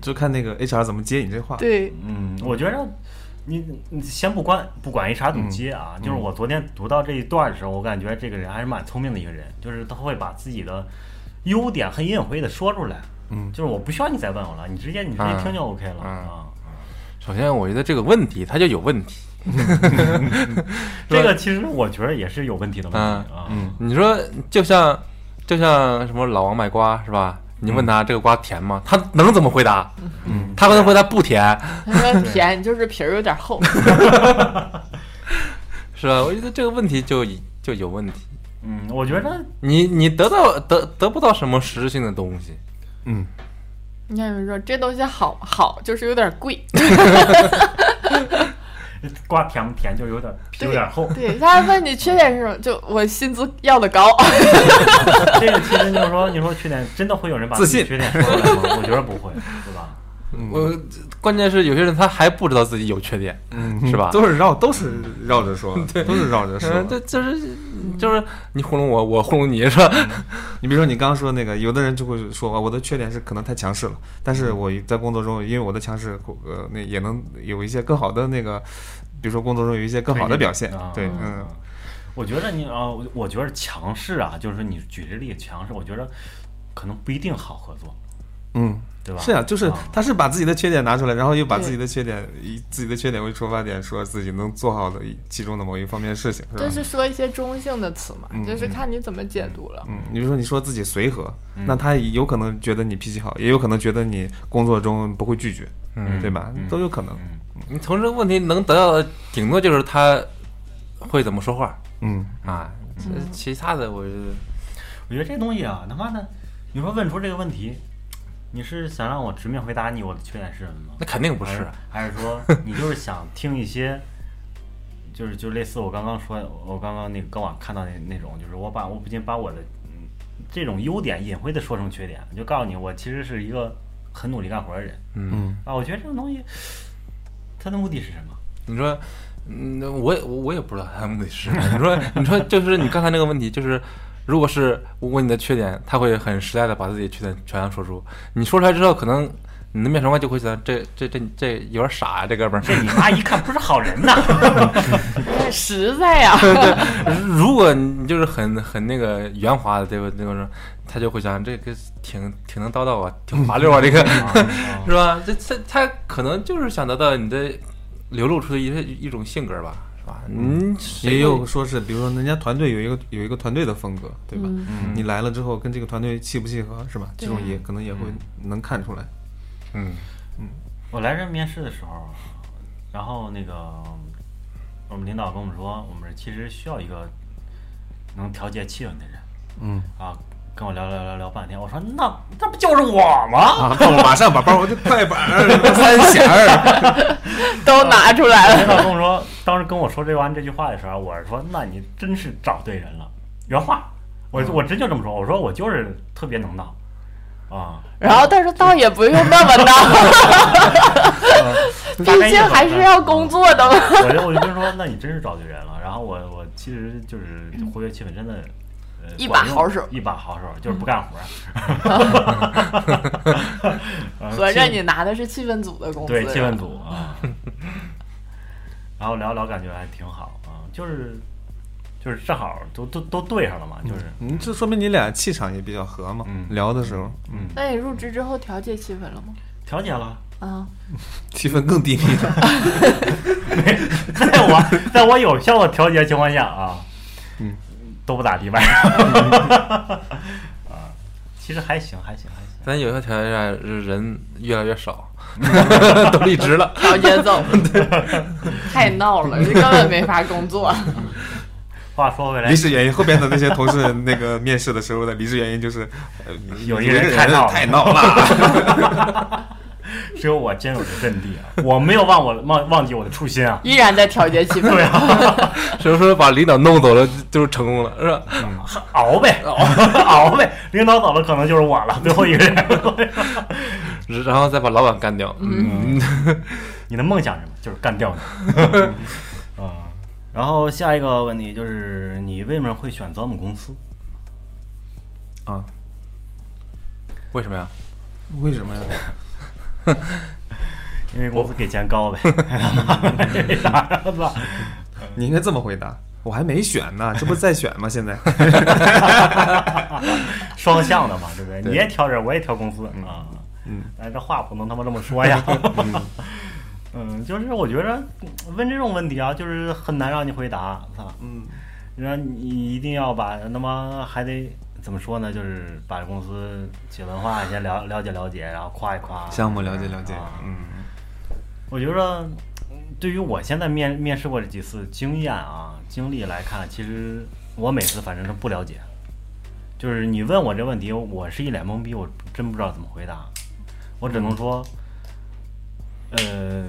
Speaker 2: 就看那个 HR 怎么接你这话。
Speaker 4: 对，
Speaker 1: 嗯，我觉着你你先不管不管 HR 怎么接啊，就是我昨天读到这一段的时候，我感觉这个人还是蛮聪明的一个人，就是他会把自己的优点很隐晦的说出来。
Speaker 2: 嗯
Speaker 1: 就是我不需要你再问我了，你直接你直接听就 OK 了
Speaker 3: 嗯嗯
Speaker 1: 啊。
Speaker 3: 首先我觉得这个问题它就有问题。
Speaker 1: 这个其实我觉得也是有问题的问题啊。
Speaker 2: 嗯
Speaker 3: 你说就像就像什么老王卖瓜是吧？你问他这个瓜甜吗？他能怎么回答？
Speaker 2: 嗯
Speaker 3: 他可能回答不甜，
Speaker 4: 他
Speaker 2: [LAUGHS]
Speaker 4: 说甜，就是皮儿有点厚。
Speaker 3: 是吧？我觉得这个问题就就有问题。
Speaker 1: 嗯，我觉得
Speaker 3: 你你得到得得不到什么实质性的东西，
Speaker 2: 嗯
Speaker 4: 你看有人说这东西好好，就是有点贵。
Speaker 1: 瓜甜不甜就有点皮有点
Speaker 4: [LAUGHS]
Speaker 1: 厚。
Speaker 4: 对，他问你缺点是什么，就我薪资要的高。
Speaker 1: 嗯这个其实就是说，你说缺点真的会有人把
Speaker 2: 自
Speaker 1: 己
Speaker 2: 信
Speaker 1: 缺点说出来吗？我觉得不会，对吧？
Speaker 3: 我关键是有些人他还不知道自己有缺点，
Speaker 2: 嗯
Speaker 3: 是吧
Speaker 2: 都是绕，都是绕着说，都是绕着说。
Speaker 3: 嗯，这就是就是你糊弄我，我糊弄你是吧？
Speaker 2: 你比如说你刚刚说那个，有的人就会说啊，我的缺点是可能太强势了，但是我在工作中，因为我的强势，呃，那也能有一些更好的那个，比如说工作中有一些更好的表现
Speaker 1: 啊。
Speaker 2: 对，嗯，
Speaker 1: 我觉得你啊，我我觉得强势啊，就是你举这例子强势，我觉得可能不一定好合作，
Speaker 2: 嗯，
Speaker 1: 对吧？
Speaker 2: 是啊，就是
Speaker 1: 啊
Speaker 2: 他是把自己的缺点拿出来，然后又把
Speaker 4: 对
Speaker 2: 自己的缺点以自己的缺点为出发点，说自己能做好的其中的某一方面事情，是
Speaker 4: 就
Speaker 2: 吧？
Speaker 4: 是说一些中性的词嘛，
Speaker 2: 嗯
Speaker 4: 就是看你怎么解读了。
Speaker 2: 嗯，你比如说你说自己随和，那他有可能觉得你脾气好，也有可能觉得你工作中不会拒绝，
Speaker 3: 嗯
Speaker 2: 对吧？都有可能。
Speaker 1: 嗯
Speaker 3: 你从这个问题能得到的，顶多就是他会怎么说话
Speaker 2: 嗯，
Speaker 3: 啊，这其他的我觉得
Speaker 1: 我觉得这东西啊，他妈的，你说问出这个问题，你是想让我直面回答你我的缺点是什么吗？
Speaker 3: 那肯定不
Speaker 1: 还
Speaker 3: 是啊
Speaker 2: 哎啊
Speaker 1: 是，还是说你就是想听一些，就是就类似我刚刚说，我刚刚那个刚网看到那那种，就是我把我不仅把我的嗯这种优点隐晦的说成缺点，我就告诉你，我其实是一个很努力干活的人
Speaker 3: 嗯，
Speaker 1: 啊。我觉得这种东西，它的目的是什么？
Speaker 3: 你说。嗯，那我也我我也不知道他们得是什么。你说， [LAUGHS] 你说，就是你刚才那个问题，就是如果是我问你的缺点，他会很实在的把自己的缺点全都说出。你说出来之后，可能你的面试官就会觉得这这这这有点傻啊，这哥们儿。 [LAUGHS]
Speaker 1: 这你妈一看不是好人
Speaker 4: [LAUGHS]
Speaker 1: 呐！
Speaker 4: 很实在
Speaker 1: [LAUGHS]
Speaker 4: 呀、
Speaker 3: 如果你就是很很那个圆滑的，对吧？那个人他就会想这个挺挺能叨叨啊，挺滑溜啊，
Speaker 2: [LAUGHS]
Speaker 3: 这个
Speaker 4: 嗯
Speaker 3: 是吧？这他他可能就是想得到你的流露出的一些一种性格吧，是吧？嗯，谁
Speaker 2: 也
Speaker 3: 会
Speaker 2: 有说是，比如说人家团队有一个有一个团队的风格，对吧？
Speaker 4: 嗯
Speaker 2: 你来了之后跟这个团队契不契合，是吧？这种
Speaker 4: 对
Speaker 2: 也可能也会能看出来。
Speaker 3: 嗯
Speaker 1: [LAUGHS] 我来这面试的时候，然后那个我们领导跟我们说，我们其实需要一个能调节气氛的人
Speaker 2: 嗯，
Speaker 1: 啊。跟我聊聊聊聊半天，我说那那不就是我吗？
Speaker 2: 啊，帮我马上把包，我这快板儿三弦儿，
Speaker 4: 都拿出来
Speaker 1: 领
Speaker 4: 了。
Speaker 1: 导跟我说，当时跟我说这完这句话的时候，我是说，那你真是找对人了，原话，我
Speaker 4: 嗯
Speaker 1: 我真就这么说，我说我就是特别能闹，啊，
Speaker 4: 然后他说倒也不用那么
Speaker 1: [LAUGHS]
Speaker 4: 闹，毕
Speaker 1: 大概意思
Speaker 4: 竟
Speaker 1: 吧
Speaker 4: 还是要工。作的嘛。
Speaker 1: [LAUGHS] 我就我就跟说，那你真是找对人了。然后我我其实就是活跃气氛，真的。呃
Speaker 4: 一把
Speaker 1: 管用
Speaker 4: 好手嗯
Speaker 1: 一把好手，就是不干活儿。 [LAUGHS]
Speaker 4: [LAUGHS]
Speaker 1: 呃
Speaker 4: 合着
Speaker 1: 气
Speaker 4: 你拿的是气氛组的工资，
Speaker 1: 对呃气氛组啊，然后聊聊感觉还挺好啊，就是就是正好都都都对上了嘛，就是
Speaker 2: 嗯，这说明你俩气场也比较合嘛。
Speaker 1: 嗯
Speaker 2: 聊的时候
Speaker 1: 嗯
Speaker 4: 那你入职之后调节气氛了吗？
Speaker 1: 调节了。 [LAUGHS]
Speaker 4: 啊，
Speaker 2: 气氛更低迷了。
Speaker 1: 在我在我有效的调节情况下啊，
Speaker 2: 嗯，
Speaker 1: 都不咋 [LAUGHS] 地吧。啊，其实还行，还行，还行。
Speaker 3: 咱有些条件下人越来越少，都离职了。
Speaker 4: 调
Speaker 1: [LAUGHS]
Speaker 4: 节走，太闹了，这根本没法工
Speaker 1: [LAUGHS]
Speaker 4: 作。
Speaker 1: 话说回来
Speaker 2: 离，职原因，后边的那些同事那个面试的时候的离职原因就是，呃
Speaker 1: 有一
Speaker 2: 一个
Speaker 1: 个人太闹了
Speaker 2: 太闹
Speaker 1: [LAUGHS]
Speaker 2: 了。
Speaker 1: 只有我坚守着阵地啊， [LAUGHS] 我没有忘我忘忘记我的初心啊。
Speaker 4: 依然在调节气氛，
Speaker 1: 对啊，
Speaker 3: 所以说把领导弄走了就是成功了，是吧？
Speaker 1: [LAUGHS] 熬呗，熬呗。领导走了，可能就是我了，最后一个 [LAUGHS] 人。
Speaker 3: 然后再把老板干掉。嗯，
Speaker 1: [LAUGHS] 你的梦想是什么？就是干掉 [LAUGHS] 你。啊，然后下一个问题就是，你为什么会选择我们公司？
Speaker 2: 啊，
Speaker 3: 为什么呀？
Speaker 2: 为什么呀？
Speaker 1: 因为公司给钱 [LAUGHS] 高呗。没啥吧？
Speaker 2: 你应该这么回答。我还没选呢，这不是在选吗？现在
Speaker 1: 双向的嘛，对不对？
Speaker 2: 对
Speaker 1: 你也挑人，我也挑公司啊。
Speaker 2: 嗯，
Speaker 1: 但这话不能他妈这么说呀。 [LAUGHS] 嗯，就是我觉着问这种问题啊，就是很难让你回答，操，
Speaker 2: 嗯，
Speaker 1: 然后你一定要把他妈还得怎么说呢？就是把公司企业文化先了了解了解，然后夸一夸
Speaker 2: 项目了解了解
Speaker 1: 啊，
Speaker 2: 嗯
Speaker 1: 我觉着，嗯对于我现在面面试过这几次经验啊、经历来看，其实我每次反正都不了解。就是你问我这问题，我是一脸懵逼，我真不知道怎么回答。我只能说，呃，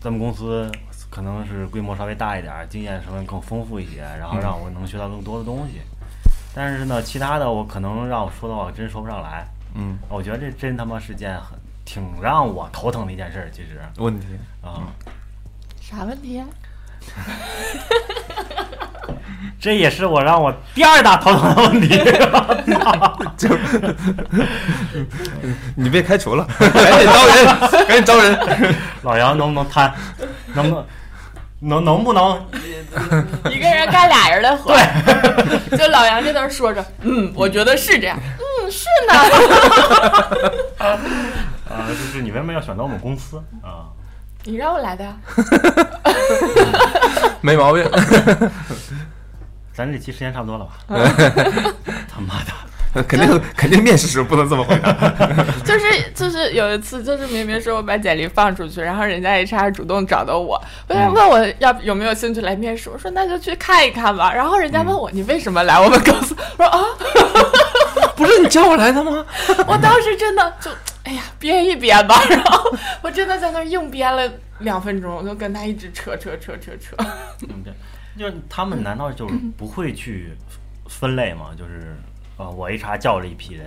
Speaker 1: 咱们公司可能是规模稍微大一点儿，经验稍微更丰富一些，然后让我能学到更多的东西。但是呢，其他的我可能让我说的话，我真说不上来。
Speaker 2: 嗯，
Speaker 1: 我觉得这真他妈是件很挺让我头疼的一件事儿，其实
Speaker 2: 问题
Speaker 1: 啊，
Speaker 4: 啥问题、啊？
Speaker 1: 这也是我让我第二大头疼的问题。
Speaker 2: 就你被开除
Speaker 1: [LAUGHS]
Speaker 2: 了，赶紧招人，赶紧招人。
Speaker 1: 老杨能不能摊？能不能？能能不能？
Speaker 4: [LAUGHS] 一个人干俩人的活， [LAUGHS] 就老杨在那儿说着，嗯，我觉得是这样，嗯，是呢。
Speaker 1: 啊，就是你为什么要选择我们公司啊？
Speaker 4: [LAUGHS] 你让我来的呀，
Speaker 3: 没毛病。
Speaker 1: 咱这期时间差不多了吧？他妈的！
Speaker 2: 肯定肯定面试时候不能这么回答。
Speaker 4: 就是就是有一次，就是明明说我把简历放出去，然后人家 HR 主动找到我，问问我要有没有兴趣来面试，我说那就去看一看吧。然后人家问我、你为什么来我们公司， [LAUGHS] 我说啊，
Speaker 3: 不是你叫我来的吗？
Speaker 4: 我当时真的就哎呀编一编吧， [LAUGHS] 然后我真的在那儿硬编了两分钟，我就跟他一直扯扯扯扯扯。
Speaker 1: 嗯对就是他们难道就是不会去分类吗？就是啊、呃我一查叫了一批人，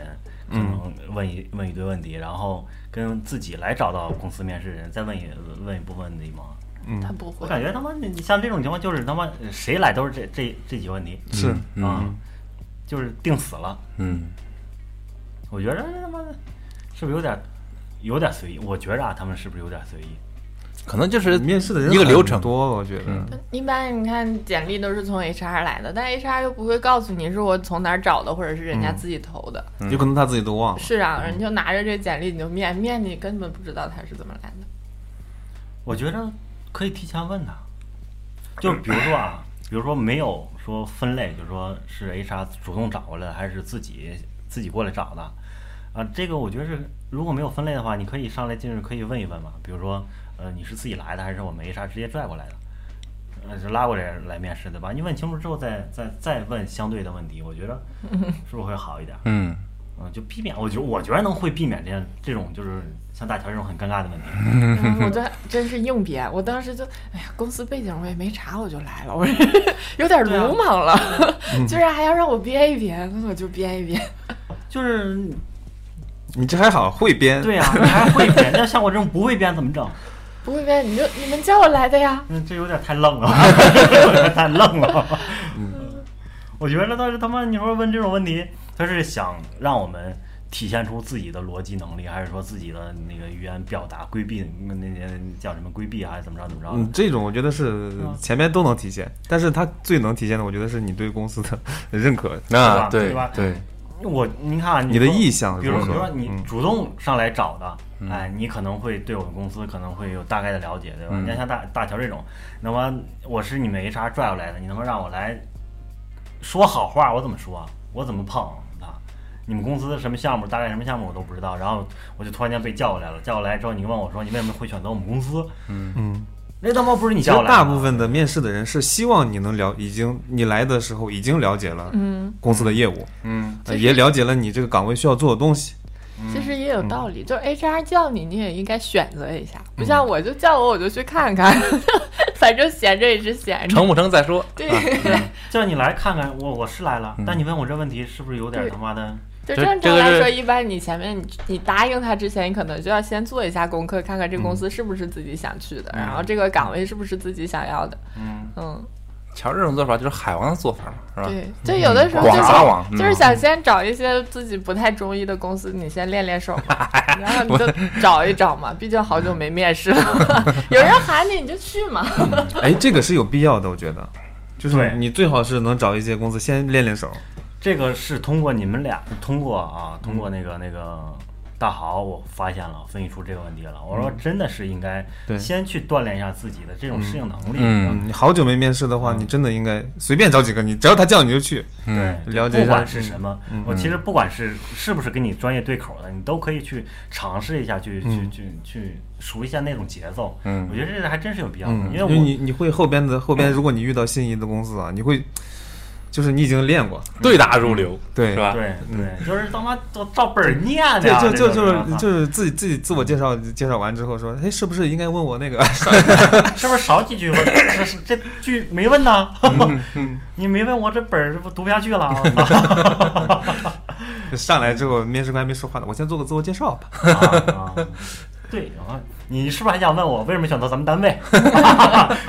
Speaker 1: 可能问一、问一堆问题，然后跟自己来找到公司面试人，再问一问一部分问题吗？
Speaker 2: 嗯
Speaker 4: 他，不
Speaker 1: 我
Speaker 4: 会，
Speaker 1: 感觉他妈你你像这种情况，就是他妈呃谁来都是这这这几个问题
Speaker 2: 是
Speaker 1: 啊、
Speaker 3: 嗯
Speaker 1: 就是定死了。
Speaker 3: 嗯，
Speaker 1: 我觉得他妈的是不是有点有点随意？我觉着啊，他们是不是有点随意？
Speaker 3: 可能就是
Speaker 2: 面试的人
Speaker 3: 一个流
Speaker 2: 很
Speaker 3: 程。
Speaker 2: 多，我觉得
Speaker 3: 嗯
Speaker 4: 一般你看简历都是从 HR 来的，但 HR 又不会告诉你是我从哪儿找的，或者是人家自己投的。
Speaker 2: 嗯有可能他自己都忘了。
Speaker 4: 是啊，你就拿着这简历你就面面，你根本不知道他是怎么来的。
Speaker 1: 我觉着可以提前问他，就比如说啊， [CLEARS THROAT] 比如说没有说分类，就说是 HR 主动找过来的，还是自己自己过来找的啊？这个我觉得是如果没有分类的话，你可以上来进去可以问一问嘛，比如说呃你是自己来的，还是我们 HR 直接拽过来的？呃，就拉过来来面试对吧？你问清楚之后再，再再问相对的问题，我觉得是不是会好一点？
Speaker 3: 嗯，
Speaker 1: 嗯，就避免，我觉我觉得能会避免这样这种就是像大乔这种很尴尬的问题。
Speaker 4: 嗯我这真是硬编，我当时就，哎呀，公司背景我也没查，我就来了，我有点鲁莽了， [LAUGHS] 居然还要让我编一编，那我就编一编。
Speaker 1: 就是
Speaker 2: 你这还好，会 [LAUGHS] 编。
Speaker 1: 对呀、啊你还会编，那像我这种不会编怎么整？
Speaker 4: 不会编你就你们叫我来的呀，
Speaker 1: 嗯，这有点太愣了， [LAUGHS] 有点太愣了。 [LAUGHS] 我觉得当时他妈你说问这种问题，他是想让我们体现出自己的逻辑能力，还是说自己的那个语言表达规避那那些叫什么规避啊，还是怎么着怎么着？
Speaker 2: 嗯，这种我觉得是前面都能体现，但是它最能体现的，我觉得是你对公司的认可。
Speaker 3: 那
Speaker 1: 吧对
Speaker 3: 对
Speaker 1: 吧
Speaker 3: 对，
Speaker 1: 我你看啊
Speaker 2: 你的
Speaker 1: 说
Speaker 2: 意向
Speaker 1: 比如
Speaker 2: 如
Speaker 1: 比如
Speaker 2: 何
Speaker 1: 说你
Speaker 2: 嗯
Speaker 1: 主动上来找的，哎，你可能会对我们公司可能会有大概的了解，对吧？
Speaker 2: 嗯
Speaker 1: 你看像大大乔这种，那么我是你们 HR 拽过来的，你能不能让我来说好话？我怎么说？我怎么碰啊？你们公司什么项目，大概什么项目我都不知道，然后我就突然间被叫过来了。叫过来之后，你问我说你为什么会选择我们公司？
Speaker 2: 嗯，
Speaker 1: 那他妈不是你
Speaker 2: 其
Speaker 1: 叫
Speaker 2: 实
Speaker 1: 过来的
Speaker 2: 大部分的面试的人是希望你能了，已经你来的时候已经了解了
Speaker 4: 嗯，
Speaker 2: 公司的业务，
Speaker 3: 嗯
Speaker 2: 呃也了解了你这个岗位需要做的东西。
Speaker 4: 其实也
Speaker 3: 嗯
Speaker 4: 有道理，就是 HR 叫你，你也应该选择一下，不像我就叫我我就去看看， [LAUGHS] 反正闲着也是闲着。
Speaker 3: 成不成再说。
Speaker 4: 对，
Speaker 1: 叫你来看看我，我是来
Speaker 2: 嗯
Speaker 1: 了，但你问我这问题是不是有点他妈的？
Speaker 4: 就
Speaker 3: 这
Speaker 4: 正
Speaker 3: 这
Speaker 4: 常
Speaker 3: 个
Speaker 4: 来
Speaker 3: 是
Speaker 4: 说，一般你前面你你答应他之前，你可能就要先做一下功课，看看这
Speaker 3: 嗯
Speaker 4: 公司是不是自己想去的，然后这个岗位是不是自己想要的。
Speaker 1: 嗯，
Speaker 4: 嗯，
Speaker 3: 瞧这种做法就是海王的做法嘛，是吧？
Speaker 4: 对，就有的时候
Speaker 3: 广
Speaker 4: 就是、
Speaker 3: 撒网嗯
Speaker 4: 就是想先找一些自己不太中意的公司，你先练练手嘛，然后你就找一找嘛，毕竟好久没面试了， [LAUGHS] 有人喊你你就去嘛。
Speaker 2: 哎，这个是有必要的，我觉得，就是
Speaker 1: 对
Speaker 2: 你最好是能找一些公司先练练手。
Speaker 1: 这个是通过你们俩，通过啊，通过那个那个大豪，我发现了，分析出这个问题了。我说真的是应该
Speaker 2: 嗯对
Speaker 1: 先去锻炼一下自己的这种适应能力，
Speaker 3: 嗯
Speaker 2: 嗯，你好久没面试的话，你真的应该随便找几个，你只要他叫你就去。
Speaker 1: 对，
Speaker 2: 嗯了解一下嗯
Speaker 1: 不管是什么，我其实不管是是不是跟你专业对口的，你都可以去尝试一下，去去
Speaker 2: 嗯
Speaker 1: 去去熟悉一下那种节奏。
Speaker 3: 嗯
Speaker 1: 我觉得这个还真是有必要的，
Speaker 2: 嗯，
Speaker 1: 因
Speaker 2: 因
Speaker 1: 为
Speaker 2: 为
Speaker 1: 我
Speaker 2: 你你会后边的后边，如果你遇到心仪的公司啊，你会就是你已经练过，
Speaker 3: 对答如流，
Speaker 2: 对
Speaker 3: 是吧？
Speaker 1: 对对，就是他妈照照本儿念的
Speaker 2: 就
Speaker 1: 呀，
Speaker 2: 嗯
Speaker 1: 这
Speaker 2: 就就就
Speaker 1: 种
Speaker 2: 是
Speaker 1: 人啊
Speaker 2: 就是自己自己自我介绍介绍完之后说，哎，是不是应该问我那个？
Speaker 1: [LAUGHS] 是不是少几句吧？这是这句没问呢， [LAUGHS] 你没问我这本儿这不读不下去了啊。 [LAUGHS]
Speaker 2: 上来之后，面试官还没说话呢，我先做个自我介绍
Speaker 1: [LAUGHS]
Speaker 2: 吧。
Speaker 1: 啊啊对啊，你是不是还想问我为什么选择咱们单 [LAUGHS] 位？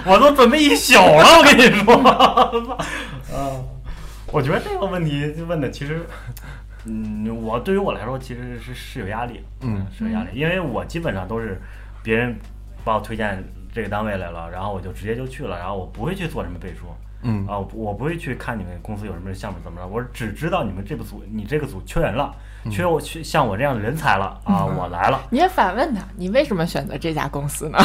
Speaker 1: 我都准备一宿了，我跟你说。 [LAUGHS] 啊，我觉得这个问题问的其实，嗯，我对于我来说其实是是有压力，
Speaker 2: 嗯，
Speaker 1: 是有压力，因为我基本上都是别人把我推荐这个单位来了，然后我就直接就去了，然后我不会去做什么背书。
Speaker 2: 嗯
Speaker 1: 啊，我不会去看你们公司有什么项目怎么着，我只知道你们这个组，你这个组缺人了，
Speaker 4: 嗯
Speaker 1: 缺我缺像我这样的人才了啊，我来了，
Speaker 4: 你也反问他，你为什么选择这家公司呢？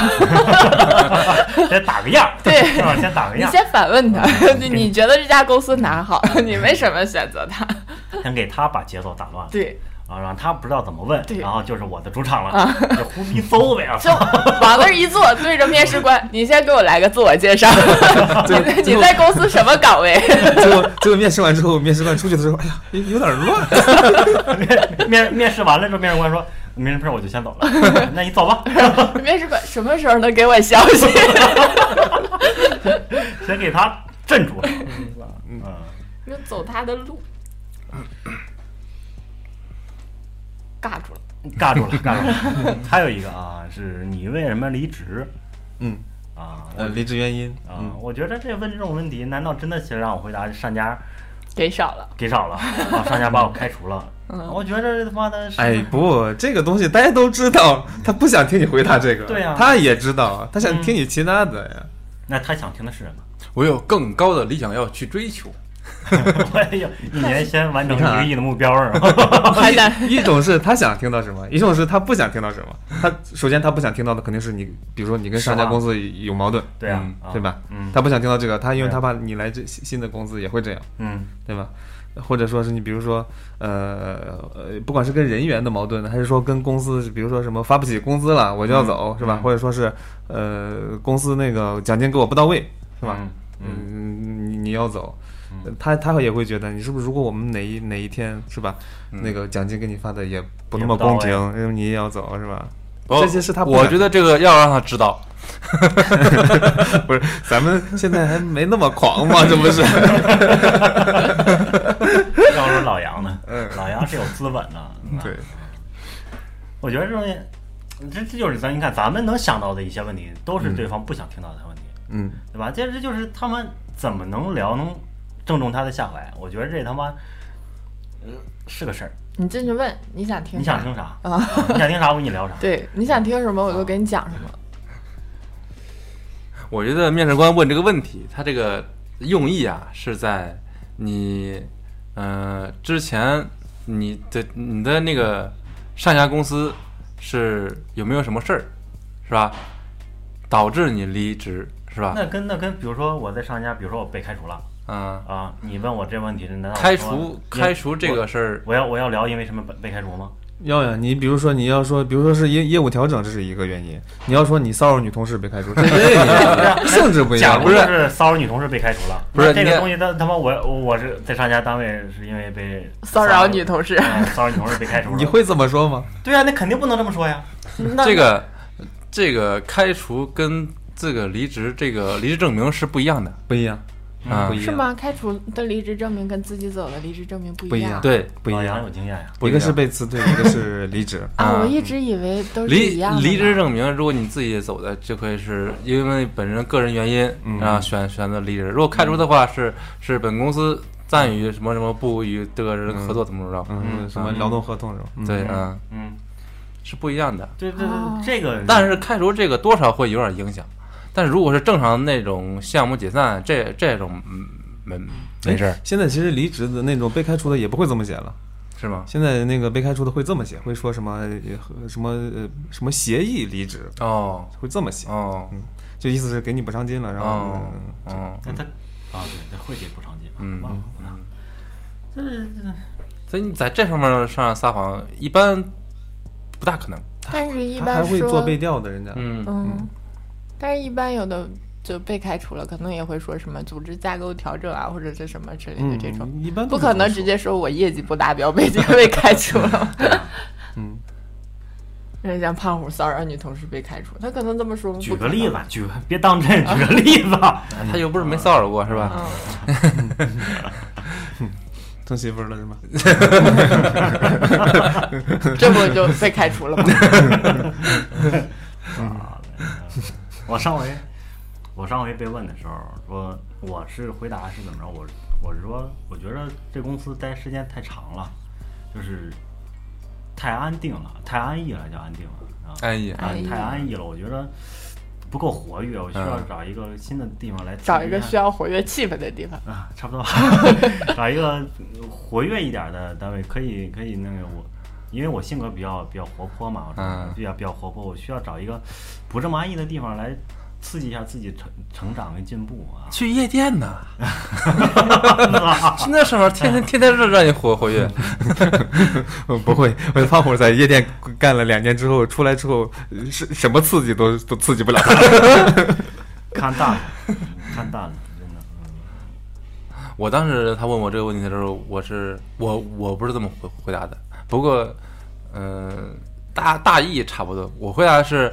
Speaker 1: 先打个样儿， [LAUGHS]
Speaker 4: 对
Speaker 1: 是吧？先打个
Speaker 4: 你
Speaker 1: 样儿，
Speaker 4: 先反问他，你 [LAUGHS] 你觉得这家公司哪好？ [LAUGHS] 你为什么选择它？
Speaker 1: 先给他把节奏打乱了
Speaker 4: [LAUGHS] 对，
Speaker 1: 啊，让他不知道怎么问，
Speaker 4: 对啊
Speaker 1: 然后就是我的主场了，就胡逼搜呗啊，
Speaker 4: 就 [LAUGHS] 往那儿一坐，对着面试 [LAUGHS] 官，你先给我来个 [LAUGHS] 自我介绍，你在你在公司什么岗位？ [LAUGHS]
Speaker 2: [LAUGHS] 结果结果面试完之后，面试官出去的时候，哎呀，有有点乱。 [LAUGHS]
Speaker 1: 面 [LAUGHS] 面面试完了之后，面试官说没什么事儿，我就先走
Speaker 4: [LAUGHS]
Speaker 1: 了，那你走吧，
Speaker 4: 面试官什么时候能给我消 [LAUGHS] 息？
Speaker 1: 先给他镇住了，嗯，
Speaker 4: 就走他的路， [COUGHS] 尬住了。
Speaker 1: 嗯尬住了，尬住了。 [LAUGHS] 还有一个啊，是你为什么离职
Speaker 2: 嗯，
Speaker 1: 啊？
Speaker 2: 呃，离职原因
Speaker 1: 啊、
Speaker 2: 嗯，
Speaker 1: 我觉得这问这种问题，难道真的是让我回答上家
Speaker 4: 给少 [LAUGHS] 了，
Speaker 1: 给少了，啊，上家把我开除了？
Speaker 4: 嗯
Speaker 1: 啊我觉得他妈的是，
Speaker 2: 哎不，这个东西大家都知道， [LAUGHS] 他不想听你回答这个，
Speaker 1: 对呀啊
Speaker 2: 他也知道，他想听你其他的呀。
Speaker 1: 那他想听的是 [LAUGHS] 什么？
Speaker 3: 我有更高的理想要去追求，
Speaker 1: 哎呦，一年先完成一
Speaker 2: 你看啊
Speaker 1: 个亿的目标是吧？
Speaker 4: 还得
Speaker 1: 嗯
Speaker 2: 一种是他想听到什么，一 [LAUGHS] 种是他不想听到什么。他首先他不想听到的肯定是你，比如说你跟上家
Speaker 1: 是吧
Speaker 2: 公司有矛盾，
Speaker 1: 对啊
Speaker 3: 嗯，
Speaker 1: 啊
Speaker 2: 对吧？
Speaker 1: 嗯，
Speaker 2: 他不想听到这个，他因为
Speaker 1: 对
Speaker 2: 他怕你来这新新的公司也会这样，
Speaker 1: 嗯，
Speaker 2: 对吧？或者说是你比如说，呃呃，不管是跟人员的矛盾，还是说跟公司，比如说什么发不起工资了，我就要走，
Speaker 1: 嗯
Speaker 2: 是吧？或者说是呃，公司那个奖金给我不到位，是吧？
Speaker 1: 嗯
Speaker 2: 嗯，你你要走，他他也会觉得你是不是？如果我们哪一哪一天是吧，那个奖金给你发的也不那
Speaker 1: 嗯
Speaker 2: 么
Speaker 1: 也不到
Speaker 2: 公
Speaker 1: 位
Speaker 2: 平，嗯你也要走是吧？ [LAUGHS]
Speaker 3: 哦
Speaker 2: 这些是他不
Speaker 3: 我
Speaker 2: 敢
Speaker 3: 觉得这个要让他知道，
Speaker 2: 不是，咱们现在还没那么狂嘛，这不是？
Speaker 1: 要说老杨呢，老杨是有资本的，嗯
Speaker 2: 嗯对，
Speaker 1: 我觉得这东西，这这就是咱你看咱们能想到的一些问题，都是对方不想听到的问题，
Speaker 2: 嗯，
Speaker 1: 对吧？这这就是他们怎么能聊能正中他的下怀？啊我觉得这他妈，呃，是个事儿。
Speaker 4: 你进去问你想听，
Speaker 1: 你想听？啥？
Speaker 4: 啊
Speaker 1: 你想听啥？我跟你聊啥。
Speaker 4: 对，你想听什么我就给你讲什么。
Speaker 3: 我觉得面试官问这个问题，他这个用意啊是在你，呃，之前你的你的那个上家公司是有没有什么事儿，是吧？导致你离职是吧？
Speaker 1: 那跟那跟，比如说我在上家，比如说我被开除了
Speaker 3: 嗯，
Speaker 1: 啊，你问我这问题，难道我
Speaker 3: 开
Speaker 1: 说
Speaker 3: 除
Speaker 1: 因
Speaker 3: 开除这个事儿，
Speaker 1: 我要我要聊因为什么被被开除吗？
Speaker 2: 要呀，你比如说你要说，比如说是业业务调整，这是一个原因；你要说你骚扰女同事被开除，这是另一个
Speaker 3: [LAUGHS]
Speaker 2: 性质不一
Speaker 3: 假
Speaker 2: 样。
Speaker 1: 如
Speaker 3: 不是
Speaker 1: 是骚扰女同事被开除了，
Speaker 3: 不是
Speaker 1: 那这
Speaker 3: 你
Speaker 1: 个
Speaker 3: 看
Speaker 1: 东西，他他妈我我我是在上家单位是因为被
Speaker 4: 骚扰女同事
Speaker 1: 啊骚扰女同事被开除了。
Speaker 2: 你会这么说吗？
Speaker 1: 对啊，那肯定不能这么说呀。那
Speaker 3: 这个这个开除跟这个离职这个离职证明是不一样的
Speaker 2: 不一样，
Speaker 3: 啊
Speaker 1: 嗯
Speaker 2: 不，一
Speaker 4: 是
Speaker 2: 样，
Speaker 4: 吗？开除的离职证明跟自己走的离职证明不
Speaker 2: 不一
Speaker 4: 样
Speaker 2: 样
Speaker 3: 对
Speaker 2: 不一
Speaker 1: 老啊杨
Speaker 2: 样
Speaker 1: 有。经验呀，
Speaker 3: 不
Speaker 2: 一
Speaker 3: 一样
Speaker 2: 个是被辞退，一个是离职。
Speaker 3: [LAUGHS]
Speaker 4: 啊！
Speaker 3: 啊
Speaker 4: 我一直以为都是一
Speaker 3: 离
Speaker 4: 样的呢。
Speaker 3: 离职证明，如果你自己走的，就会是因为本人个人原因，啊，选选择离职。如果开除的话，是是本公司暂与什么什么部与这个人合作怎么怎么着，
Speaker 2: 嗯，什么劳动合同是吧？嗯
Speaker 3: 对，啊，
Speaker 1: 嗯，
Speaker 3: 是不一样的。
Speaker 1: 对对
Speaker 4: 哦
Speaker 1: 对，这个
Speaker 3: 但是开除这个多少会有点影响，但是如果是正常那种项目解散，这这种嗯没哎没事儿
Speaker 2: 现在其实离职的那种被开除的也不会这么写了，
Speaker 3: 是吗？
Speaker 2: 现在那个被开除的会这么写，会说什么呃什么呃什么协议离职，
Speaker 3: 哦
Speaker 2: 会这么写，
Speaker 3: 哦
Speaker 2: 就意思是给你补偿金了，然后
Speaker 3: 哦
Speaker 2: 嗯
Speaker 3: 哦，
Speaker 1: 那他啊，对，他会给补偿金，
Speaker 3: 嗯
Speaker 1: 忘了啊就是
Speaker 3: 所以你在这方面上撒谎一般不大可能。
Speaker 4: 但是一
Speaker 2: 他还
Speaker 4: 般
Speaker 2: 会做
Speaker 4: 说，
Speaker 2: 背调的人家，
Speaker 3: 嗯
Speaker 4: 嗯，但是一般有的就被开除了，可能也会说什么组织架构调整啊，或者是什么之类的这种，
Speaker 2: 嗯，一般都
Speaker 4: 不可能
Speaker 2: 是
Speaker 4: 直接说我业绩不达标被 [LAUGHS] 被开除了。
Speaker 2: 嗯，
Speaker 4: 人家胖虎骚扰女同事被开除，他可能这么说吗？
Speaker 1: 举个例子，举个别当真，举个例子。
Speaker 3: 嗯他又不是没骚扰过，是
Speaker 4: 不可
Speaker 3: 吧？
Speaker 4: 能，嗯，
Speaker 2: 成媳妇儿了是吗？
Speaker 4: 这不就被开除了吗？嗯
Speaker 1: 啊 [LAUGHS] 我上回我上回被问的时候，说我是回答是怎么着？我我是说，我觉得这公司待时间太长了，就是太安定了，太安逸了，叫安定了啊，
Speaker 3: 安逸，
Speaker 1: 啊
Speaker 4: 安逸
Speaker 1: 太安逸了，我觉得不够活跃，我需要
Speaker 3: 嗯
Speaker 1: 找一个新的地方来自
Speaker 4: 找一个
Speaker 1: 娱
Speaker 4: 需要活跃气氛的地方。
Speaker 1: 啊，差不多， [LAUGHS] 找一个活跃一点儿的单位，可以可以那个我，因为我性格比较比较活泼嘛，我是
Speaker 3: 嗯
Speaker 1: 比较比较活泼，我需要找一个不这么安逸的地方来刺激一下自己成成长跟进步啊。
Speaker 3: 去夜店
Speaker 2: [LAUGHS]
Speaker 3: 呢，去那上面天天天天让让你活活跃，
Speaker 2: 嗯 [LAUGHS] 不会，我胖虎在夜店干了两年之后，出来之后呃是什么刺激都都刺激不了他。
Speaker 1: 看淡了，嗯看淡了，真的，嗯
Speaker 3: 我当时他问我这个问题的时候，我是我我不是这么回回答的，不过，嗯、大大意差不多。我回答的是，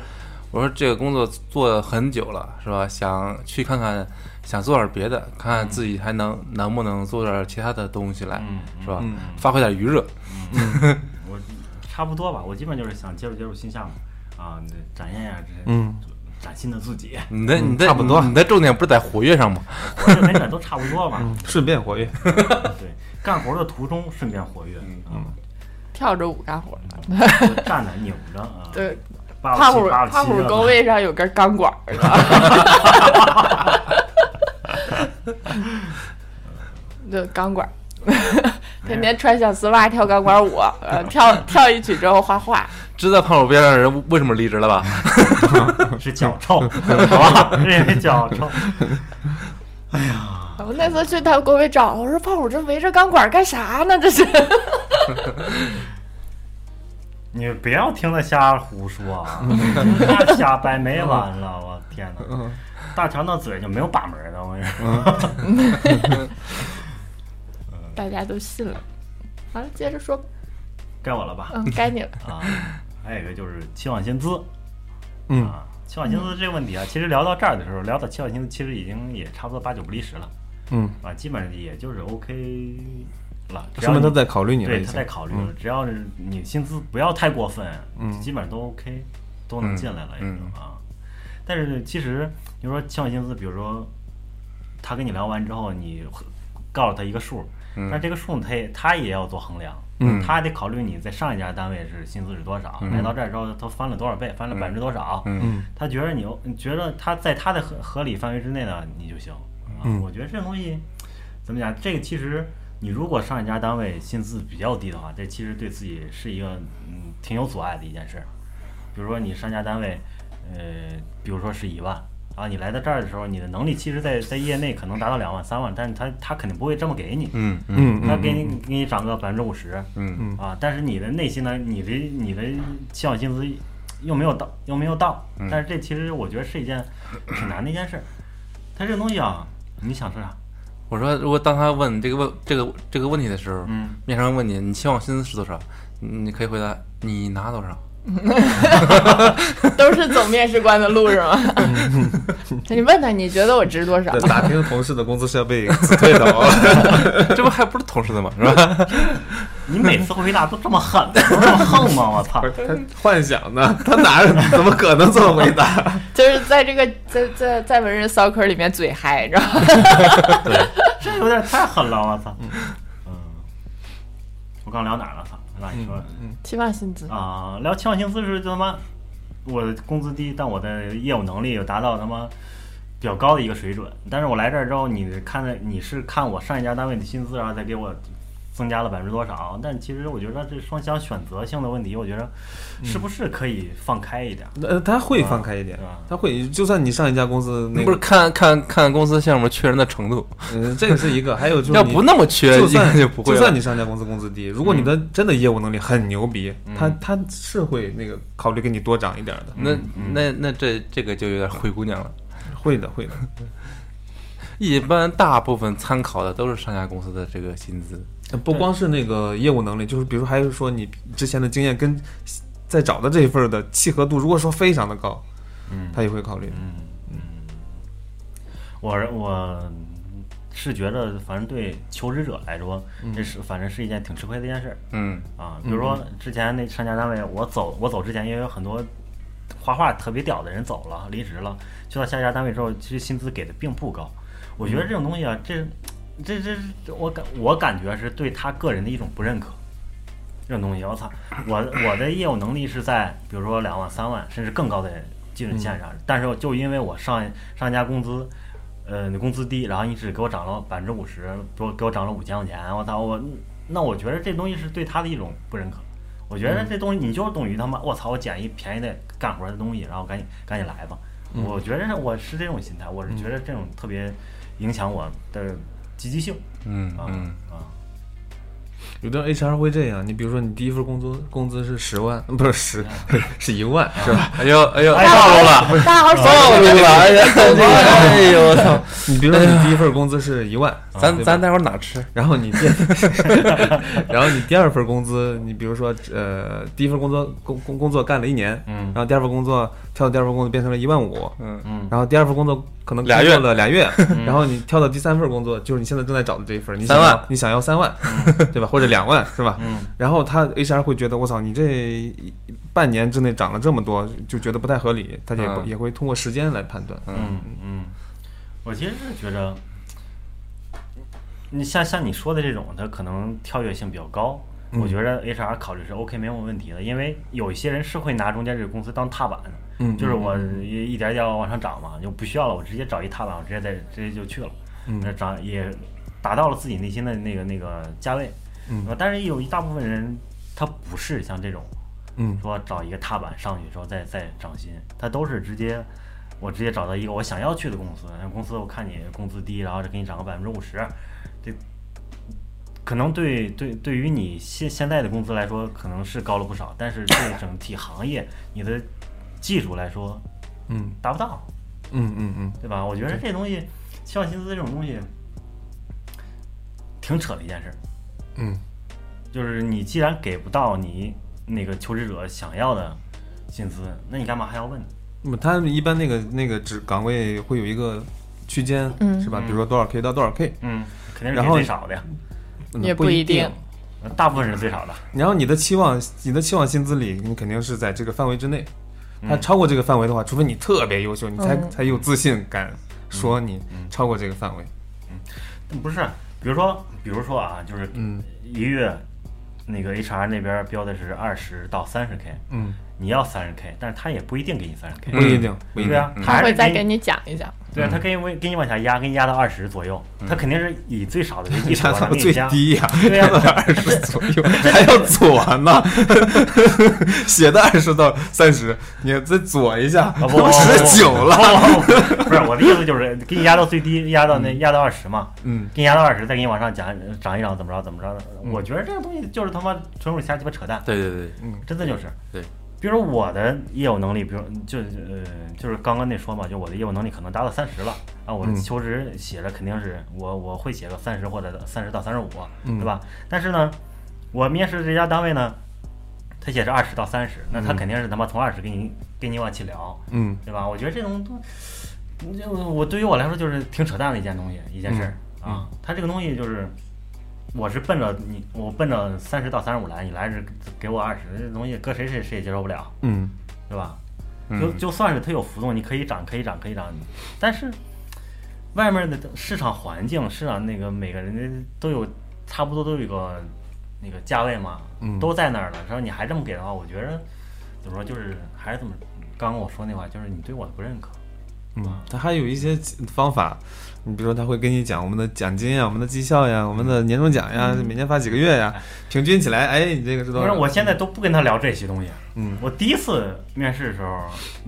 Speaker 3: 我说这个工作做了很久了，是吧？想去看看，想做点别的，看看自己还能、能不能做点其他的东西来，
Speaker 1: 嗯
Speaker 3: 是吧？
Speaker 2: 嗯
Speaker 3: 发挥点余热。
Speaker 1: 我差不多吧，我基本就是想接触接触新项目啊，展现一下这
Speaker 2: 嗯，
Speaker 1: 崭新的自己， [LAUGHS]
Speaker 3: 你的、你的
Speaker 2: 差不多
Speaker 3: 你的重点不是在活跃上吗？
Speaker 1: 活着没点都差不多吧。
Speaker 2: [LAUGHS] 顺便活跃。
Speaker 1: 对，干活的途中顺便活跃，嗯，
Speaker 4: 跳着舞干活呢，
Speaker 1: 就站着扭着啊。
Speaker 4: 对，
Speaker 1: 八
Speaker 4: 胖
Speaker 1: 五
Speaker 4: 虎
Speaker 1: 七八五七
Speaker 4: 胖虎
Speaker 1: 热闹
Speaker 4: 沟位上有根钢管儿呢。 [LAUGHS] 就钢管儿，天天穿小丝袜跳钢管舞，呃，跳跳一曲之后画画，
Speaker 3: 知道胖虎边上人为什么离职了吧？
Speaker 1: 是脚臭， [LAUGHS] 好吧，是因为脚臭。
Speaker 4: 我那次去他工位找，我说胖虎这围着钢管干啥呢？这是
Speaker 1: 你不要听他瞎胡说啊，他瞎掰没完了，我天哪！大强那嘴就没有把门的，我跟你说。
Speaker 4: 大家都信了。完了，接着说，
Speaker 1: 该我了吧？
Speaker 4: 嗯，该你了。
Speaker 1: 啊，还有一个就是期望薪资
Speaker 2: 嗯
Speaker 1: 啊，期望薪资这个问题啊，其实聊到这儿的时候，聊到期望薪资，其实已经也差不多八九不离十了
Speaker 2: 嗯，
Speaker 1: 啊，基本上也就是 OK 了。只
Speaker 2: 说
Speaker 1: 要
Speaker 2: 明他
Speaker 1: 你
Speaker 2: 在考虑你了
Speaker 1: 对，
Speaker 2: 已
Speaker 1: 他在
Speaker 2: 经。
Speaker 1: 考虑了，
Speaker 3: 嗯
Speaker 1: 只要是你薪资不要太过分，基本上都 OK，都能进来了已经
Speaker 3: 嗯
Speaker 1: 啊。但是其实你说期望薪资，比如说他跟你聊完之后，你告诉他一个数，但这个数他也他也要做衡量，
Speaker 3: 嗯
Speaker 1: 他还得考虑你在上一家单位是薪资是多少，来到这儿之后他翻了多少倍，翻了百分之多少，
Speaker 3: 嗯
Speaker 1: 他觉得你你觉得他在他的合合理范围之内呢，你就行。啊、
Speaker 2: 嗯
Speaker 1: 我觉得这东西怎么讲？这个其实你如果上一家单位薪资比较低的话，这其实对自己是一个嗯挺有阻碍的一件事儿。比如说你上家单位，呃，比如说是一万，啊，你来到这儿的时候，你的能力其实在在业内可能达到两万、三万，但是他他肯定不会这么给你，
Speaker 3: 嗯嗯
Speaker 2: 嗯
Speaker 1: 他给你给你涨个百分之五十，
Speaker 3: 嗯
Speaker 1: 啊，但是你的内心呢，你的你的期望薪资又没有到，又没有到，但是这其实我觉得是一件挺难的一件事儿。它这个东西啊，你想说啥？
Speaker 3: 我说，如果当他问这个问这个这个问题的时候，
Speaker 1: 嗯，
Speaker 3: 面上问你你期望薪资是多少，你可以回答你拿多少。
Speaker 4: 都是走面试官的路是吗？ [LAUGHS] 你问他，你觉得我值多少
Speaker 2: 对？打听同事的工资是要被辞退的 [LAUGHS] 哦。
Speaker 3: [LAUGHS] 这不还不是同事的吗？是 [LAUGHS] 吧？
Speaker 1: 你每次回答都这么狠，都这么横吗？我 [LAUGHS] 操！
Speaker 2: 不是他幻想呢，他哪怎么可能这么回 [LAUGHS] 答？
Speaker 4: 就是在这个在在在文人骚客里面嘴嗨，知道吗？
Speaker 1: 这有点太狠了，我操！嗯，我刚聊哪儿了？操！那你说
Speaker 4: 期望薪资
Speaker 1: 啊，聊期望薪资是他妈我工资低，但我的业务能力有达到他妈比较高的一个水准。但是我来这儿之后，你看的你是看我上一家单位的薪资，然后再给我增加了百分之多少？但其实我觉得这双向选择性的问题，我觉得是不是可以放开一点？
Speaker 2: 呃，他会放开一点
Speaker 1: 啊，
Speaker 2: 他会，就算你上一家公司那
Speaker 3: 不是
Speaker 2: 个，
Speaker 3: 看看看公司项目缺人的程度，
Speaker 2: 嗯，这个是一 [LAUGHS] 个，还有就是
Speaker 3: 要
Speaker 2: 你
Speaker 3: 不那么缺，
Speaker 2: 就
Speaker 3: 应该
Speaker 2: 算
Speaker 3: 就不会了。
Speaker 2: 算你上家公司工资低，如果你的真的业务能力很牛逼，他他
Speaker 3: 嗯
Speaker 2: 是会那个考虑给你多涨一点的。
Speaker 3: 那那那这这个就有点灰姑娘了。
Speaker 2: 会的，会的。
Speaker 3: 一般大部分参考的都是上家公司的这个薪资。
Speaker 2: 呃不光是那个业务能力，就是比如还是说你之前的经验跟在找的这一份儿的契合度，如果说非常的高，
Speaker 1: 嗯
Speaker 2: 他也会考虑。
Speaker 1: 我我是觉得，反正对求职者来说，这是反正是一件挺吃亏的一件事儿
Speaker 3: 嗯
Speaker 1: 啊。比如说之前那上家单位，我走我走之前，也有很多画画特别屌的人走了，离职了，去到下一家单位之后，其实薪资给的并不高。我觉得这种东西啊，这这这这我感我感觉是对他个人的一种不认可。这种东西，我操，我我的业务能力是在比如说两万、三万，甚至更高的基准线上，但是就因为我上上一家工资，呃，工资低，然后你只给我涨了百分之五十，给我给我涨了五千块钱，我操，我那我觉得这东西是对他的一种不认可。我觉得这东西你就是等于他妈，我操，我捡一便宜的干活的东西，然后赶紧赶紧来吧。我觉得我是这种心态，我是觉得这种特别影响我的积极性
Speaker 3: 嗯
Speaker 1: 啊
Speaker 3: 嗯，
Speaker 1: 啊，
Speaker 2: 有的 HR 会这样，你比如说你第一份工资工资是十万，嗯不是十， [LAUGHS] 是一万，是吧？
Speaker 3: 哎呦哎呦，
Speaker 1: 哎
Speaker 3: 暴露了，
Speaker 4: 大家好爽，
Speaker 3: 暴露了，哎呀，哎 [LAUGHS] 呦我操！
Speaker 2: 你比如说你第一份工资是一万，
Speaker 3: 咱
Speaker 2: 对吧
Speaker 3: 咱待会儿哪吃？
Speaker 2: 然后你第， [LAUGHS] 然后你第二份工资，你比如说呃，第一份工作工工工作干了一年，
Speaker 1: 嗯
Speaker 2: 然后第二份工作跳到第二份工作变成了一万五，
Speaker 3: 嗯
Speaker 1: 嗯
Speaker 2: 然后第二份工作可能
Speaker 3: 俩月嗯
Speaker 2: 工作了俩月，然后你跳到第三份工作，就是你现在正在找的这一份，你想
Speaker 3: 三万嗯
Speaker 2: 要你想要三万， [LAUGHS] 对吧？或者两万是吧？
Speaker 1: 嗯
Speaker 2: 然后他 HR 会觉得我操，你这半年之内涨了这么多，就觉得不太合理，他也不、
Speaker 3: 嗯
Speaker 2: 也会通过时间来判断。
Speaker 1: 嗯嗯，我其实是觉得，你像像你说的这种，它可能跳跃性比较高。
Speaker 2: 嗯
Speaker 1: 我觉得 HR 考虑是 OK 没有问题的，因为有一些人是会拿中间这个公司当踏板的，
Speaker 2: 嗯
Speaker 1: 就是我一一点儿一点儿往上涨嘛，就不需要了，我直接找一踏板，我直接在直接就去了，
Speaker 2: 嗯
Speaker 1: 那涨也达到了自己内心的那个那个价位，
Speaker 2: 嗯
Speaker 1: 呃，但是有一大部分人他不是像这种，
Speaker 2: 嗯
Speaker 1: 说找一个踏板上去之后再再涨薪，他都是直接我直接找到一个我想要去的公司，那公司我看你工资低，然后就给你涨个百分之五十，这可能对对对于你现现在的工资来说可能是高了不少，但是对整体行业你的技术来说
Speaker 2: 嗯
Speaker 1: 达不到，
Speaker 2: 嗯嗯嗯，
Speaker 1: 对吧？我觉得这东西期望薪资这种东西挺扯的一件事儿。
Speaker 2: 嗯，
Speaker 1: 就是你既然给不到你那个求职者想要的薪资，那你干嘛还要问呢？
Speaker 2: 那么他们一般那个那个职岗位会有一个区间，
Speaker 4: 嗯
Speaker 2: 是吧？
Speaker 1: 嗯
Speaker 2: 比如说多少 K 到多少 K，
Speaker 1: 嗯，肯定是
Speaker 2: 然
Speaker 1: 给
Speaker 2: 后
Speaker 1: 最少的呀，
Speaker 2: 嗯
Speaker 4: 也
Speaker 2: 不
Speaker 4: 不一
Speaker 2: 定
Speaker 4: 定。
Speaker 1: 大部分是最少的。
Speaker 2: 然后你的期望，你的期望薪资里，你肯定是在这个范围之内。
Speaker 1: 嗯
Speaker 2: 他超过这个范围的话，除非你特别优秀，你才
Speaker 4: 嗯
Speaker 2: 才有自信敢说你
Speaker 1: 嗯
Speaker 2: 超过这个范围。
Speaker 1: 但不是，比如说，比如说啊，就是
Speaker 2: 嗯
Speaker 1: 一月那个 HR 那边标的是二十到三十 K，
Speaker 2: 嗯，
Speaker 1: 你要三十 K，但是他也不一定给你三十 K，
Speaker 2: 不一定，不一
Speaker 1: 对
Speaker 2: 定。
Speaker 1: 啊，
Speaker 2: 嗯
Speaker 4: 他
Speaker 1: 还
Speaker 4: 会
Speaker 1: 是
Speaker 4: 再
Speaker 1: 给
Speaker 4: 给你讲一讲。
Speaker 1: 对，啊他给你给你往下压，给你压到二十左右，他肯定是以最少的
Speaker 2: [LAUGHS]
Speaker 1: 这一
Speaker 2: 你
Speaker 1: 波
Speaker 2: 想
Speaker 1: 往
Speaker 2: 嗯到
Speaker 1: 给
Speaker 2: 最
Speaker 1: 你加。
Speaker 2: 低呀、
Speaker 1: 对
Speaker 2: [LAUGHS]
Speaker 1: 呀、
Speaker 2: 二十左右，还要左呢， [LAUGHS] 写的二十到三十，你再左一下，
Speaker 1: 啊
Speaker 2: 他 [LAUGHS]
Speaker 1: 不
Speaker 2: 妈十九了。
Speaker 1: 不不不不不不不不不不不是我的意思就是给你压到最低，压到那压到二十嘛，
Speaker 2: 嗯，
Speaker 1: 给你压到二十，再给你往上涨涨一涨，怎么着怎么着的？我觉得这个东西就是他妈纯属瞎鸡巴扯淡，
Speaker 3: 对对对，
Speaker 1: 嗯真的就是。
Speaker 3: 对，
Speaker 1: 比如说我的业务能力，比如就呃就是刚刚那说嘛，就我的业务能力可能达到三十了啊，我
Speaker 2: 嗯
Speaker 1: 求职写的肯定是我我会写个三十或者三十到三十五，
Speaker 2: 嗯
Speaker 1: 对吧？但是呢，我面试这家单位呢，他写是二十到三十，那他肯定是他妈从二十给你给你往起聊，
Speaker 2: 嗯
Speaker 1: 对吧？我觉得这种东，就我对于我来说就是挺扯淡的一件东西，一件事儿、啊。它这个东西就是，我是奔着你，我奔着三十到三十五来，你来是给我二十，这东西搁谁谁谁也接受不了，
Speaker 2: 嗯
Speaker 1: 对吧？
Speaker 3: 嗯
Speaker 1: 就就算是它有浮动，你可以涨，可以涨，可以涨，但是外面的市场环境，市场那个每个人家都有差不多都有一个那个价位嘛，
Speaker 2: 嗯
Speaker 1: 都在那儿了。然后你还这么给的话，我觉得怎么说，就是还是怎么刚刚我说那话，就是你对我的不认可。
Speaker 2: 嗯，他还有一些方法，你比如说他会跟你讲我们的奖金呀、我们的绩效
Speaker 1: 嗯
Speaker 2: 呀、我们的年终奖呀，每年发几个月呀，平均起来，哎，你这个是多
Speaker 1: 不是，
Speaker 2: 少？
Speaker 1: 我现在都不跟他聊这些东西。
Speaker 2: 嗯
Speaker 1: 我第一次面试的时候，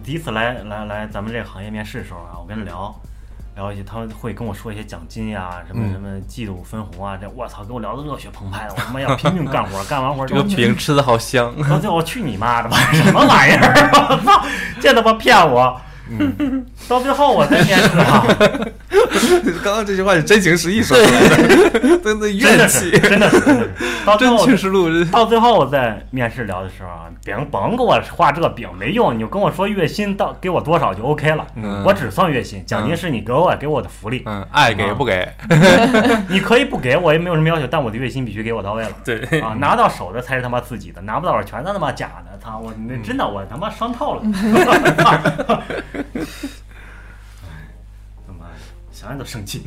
Speaker 1: 第一次来来来咱们这个行业面试的时候啊，我跟他聊聊一些，他会跟我说一些奖金呀、什么
Speaker 2: 嗯
Speaker 1: 什么季度分红啊，这我操，给我聊的热血澎湃的，我他妈要拼命干活，干完活之
Speaker 3: [LAUGHS] 这
Speaker 1: 后
Speaker 3: 个饼 [LAUGHS] 吃的好
Speaker 1: [LAUGHS]
Speaker 3: 香。
Speaker 1: 然后最后我去你妈的吧，什么玩意儿？我操，这他妈骗我！ [LAUGHS] 到最后我才面试啊，
Speaker 2: [LAUGHS] 刚刚这句话是真情实意说出来的， [LAUGHS] 真的
Speaker 1: 真
Speaker 2: 怨
Speaker 1: 的是
Speaker 2: 气。
Speaker 1: 真的是，真的是到最
Speaker 3: 真
Speaker 1: 后
Speaker 3: 情实录，这
Speaker 1: 到最后我在面试聊的时候啊，别甭给我画这饼，没用，你就跟我说月薪到给我多少就 OK 了，
Speaker 3: 嗯
Speaker 1: 我只算月薪，奖金是你给我给我的福利，
Speaker 3: 嗯，爱给不给？
Speaker 1: 你可以不给我也没有什么要求，但我的月薪必须给我到位了。
Speaker 3: 对，
Speaker 1: 啊，拿到手的才是他妈自己的，拿不到手全他妈假的。操，我那真的我他妈伤透了。
Speaker 3: 嗯
Speaker 1: [LAUGHS] 哎操他妈的想想都生气。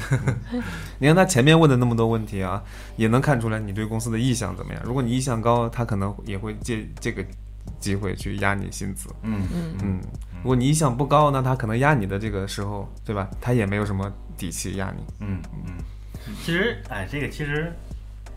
Speaker 2: 你看他前面问的那么多问题啊，也能看出来你对公司的意向怎么样。如果你意向高，他可能也会借这个机会去压你薪资。
Speaker 1: 嗯
Speaker 2: 嗯，如果你意向不高，那他可能压你的这个时候，对吧？他也没有什么底气压你。
Speaker 1: 嗯嗯，其实哎，这个其实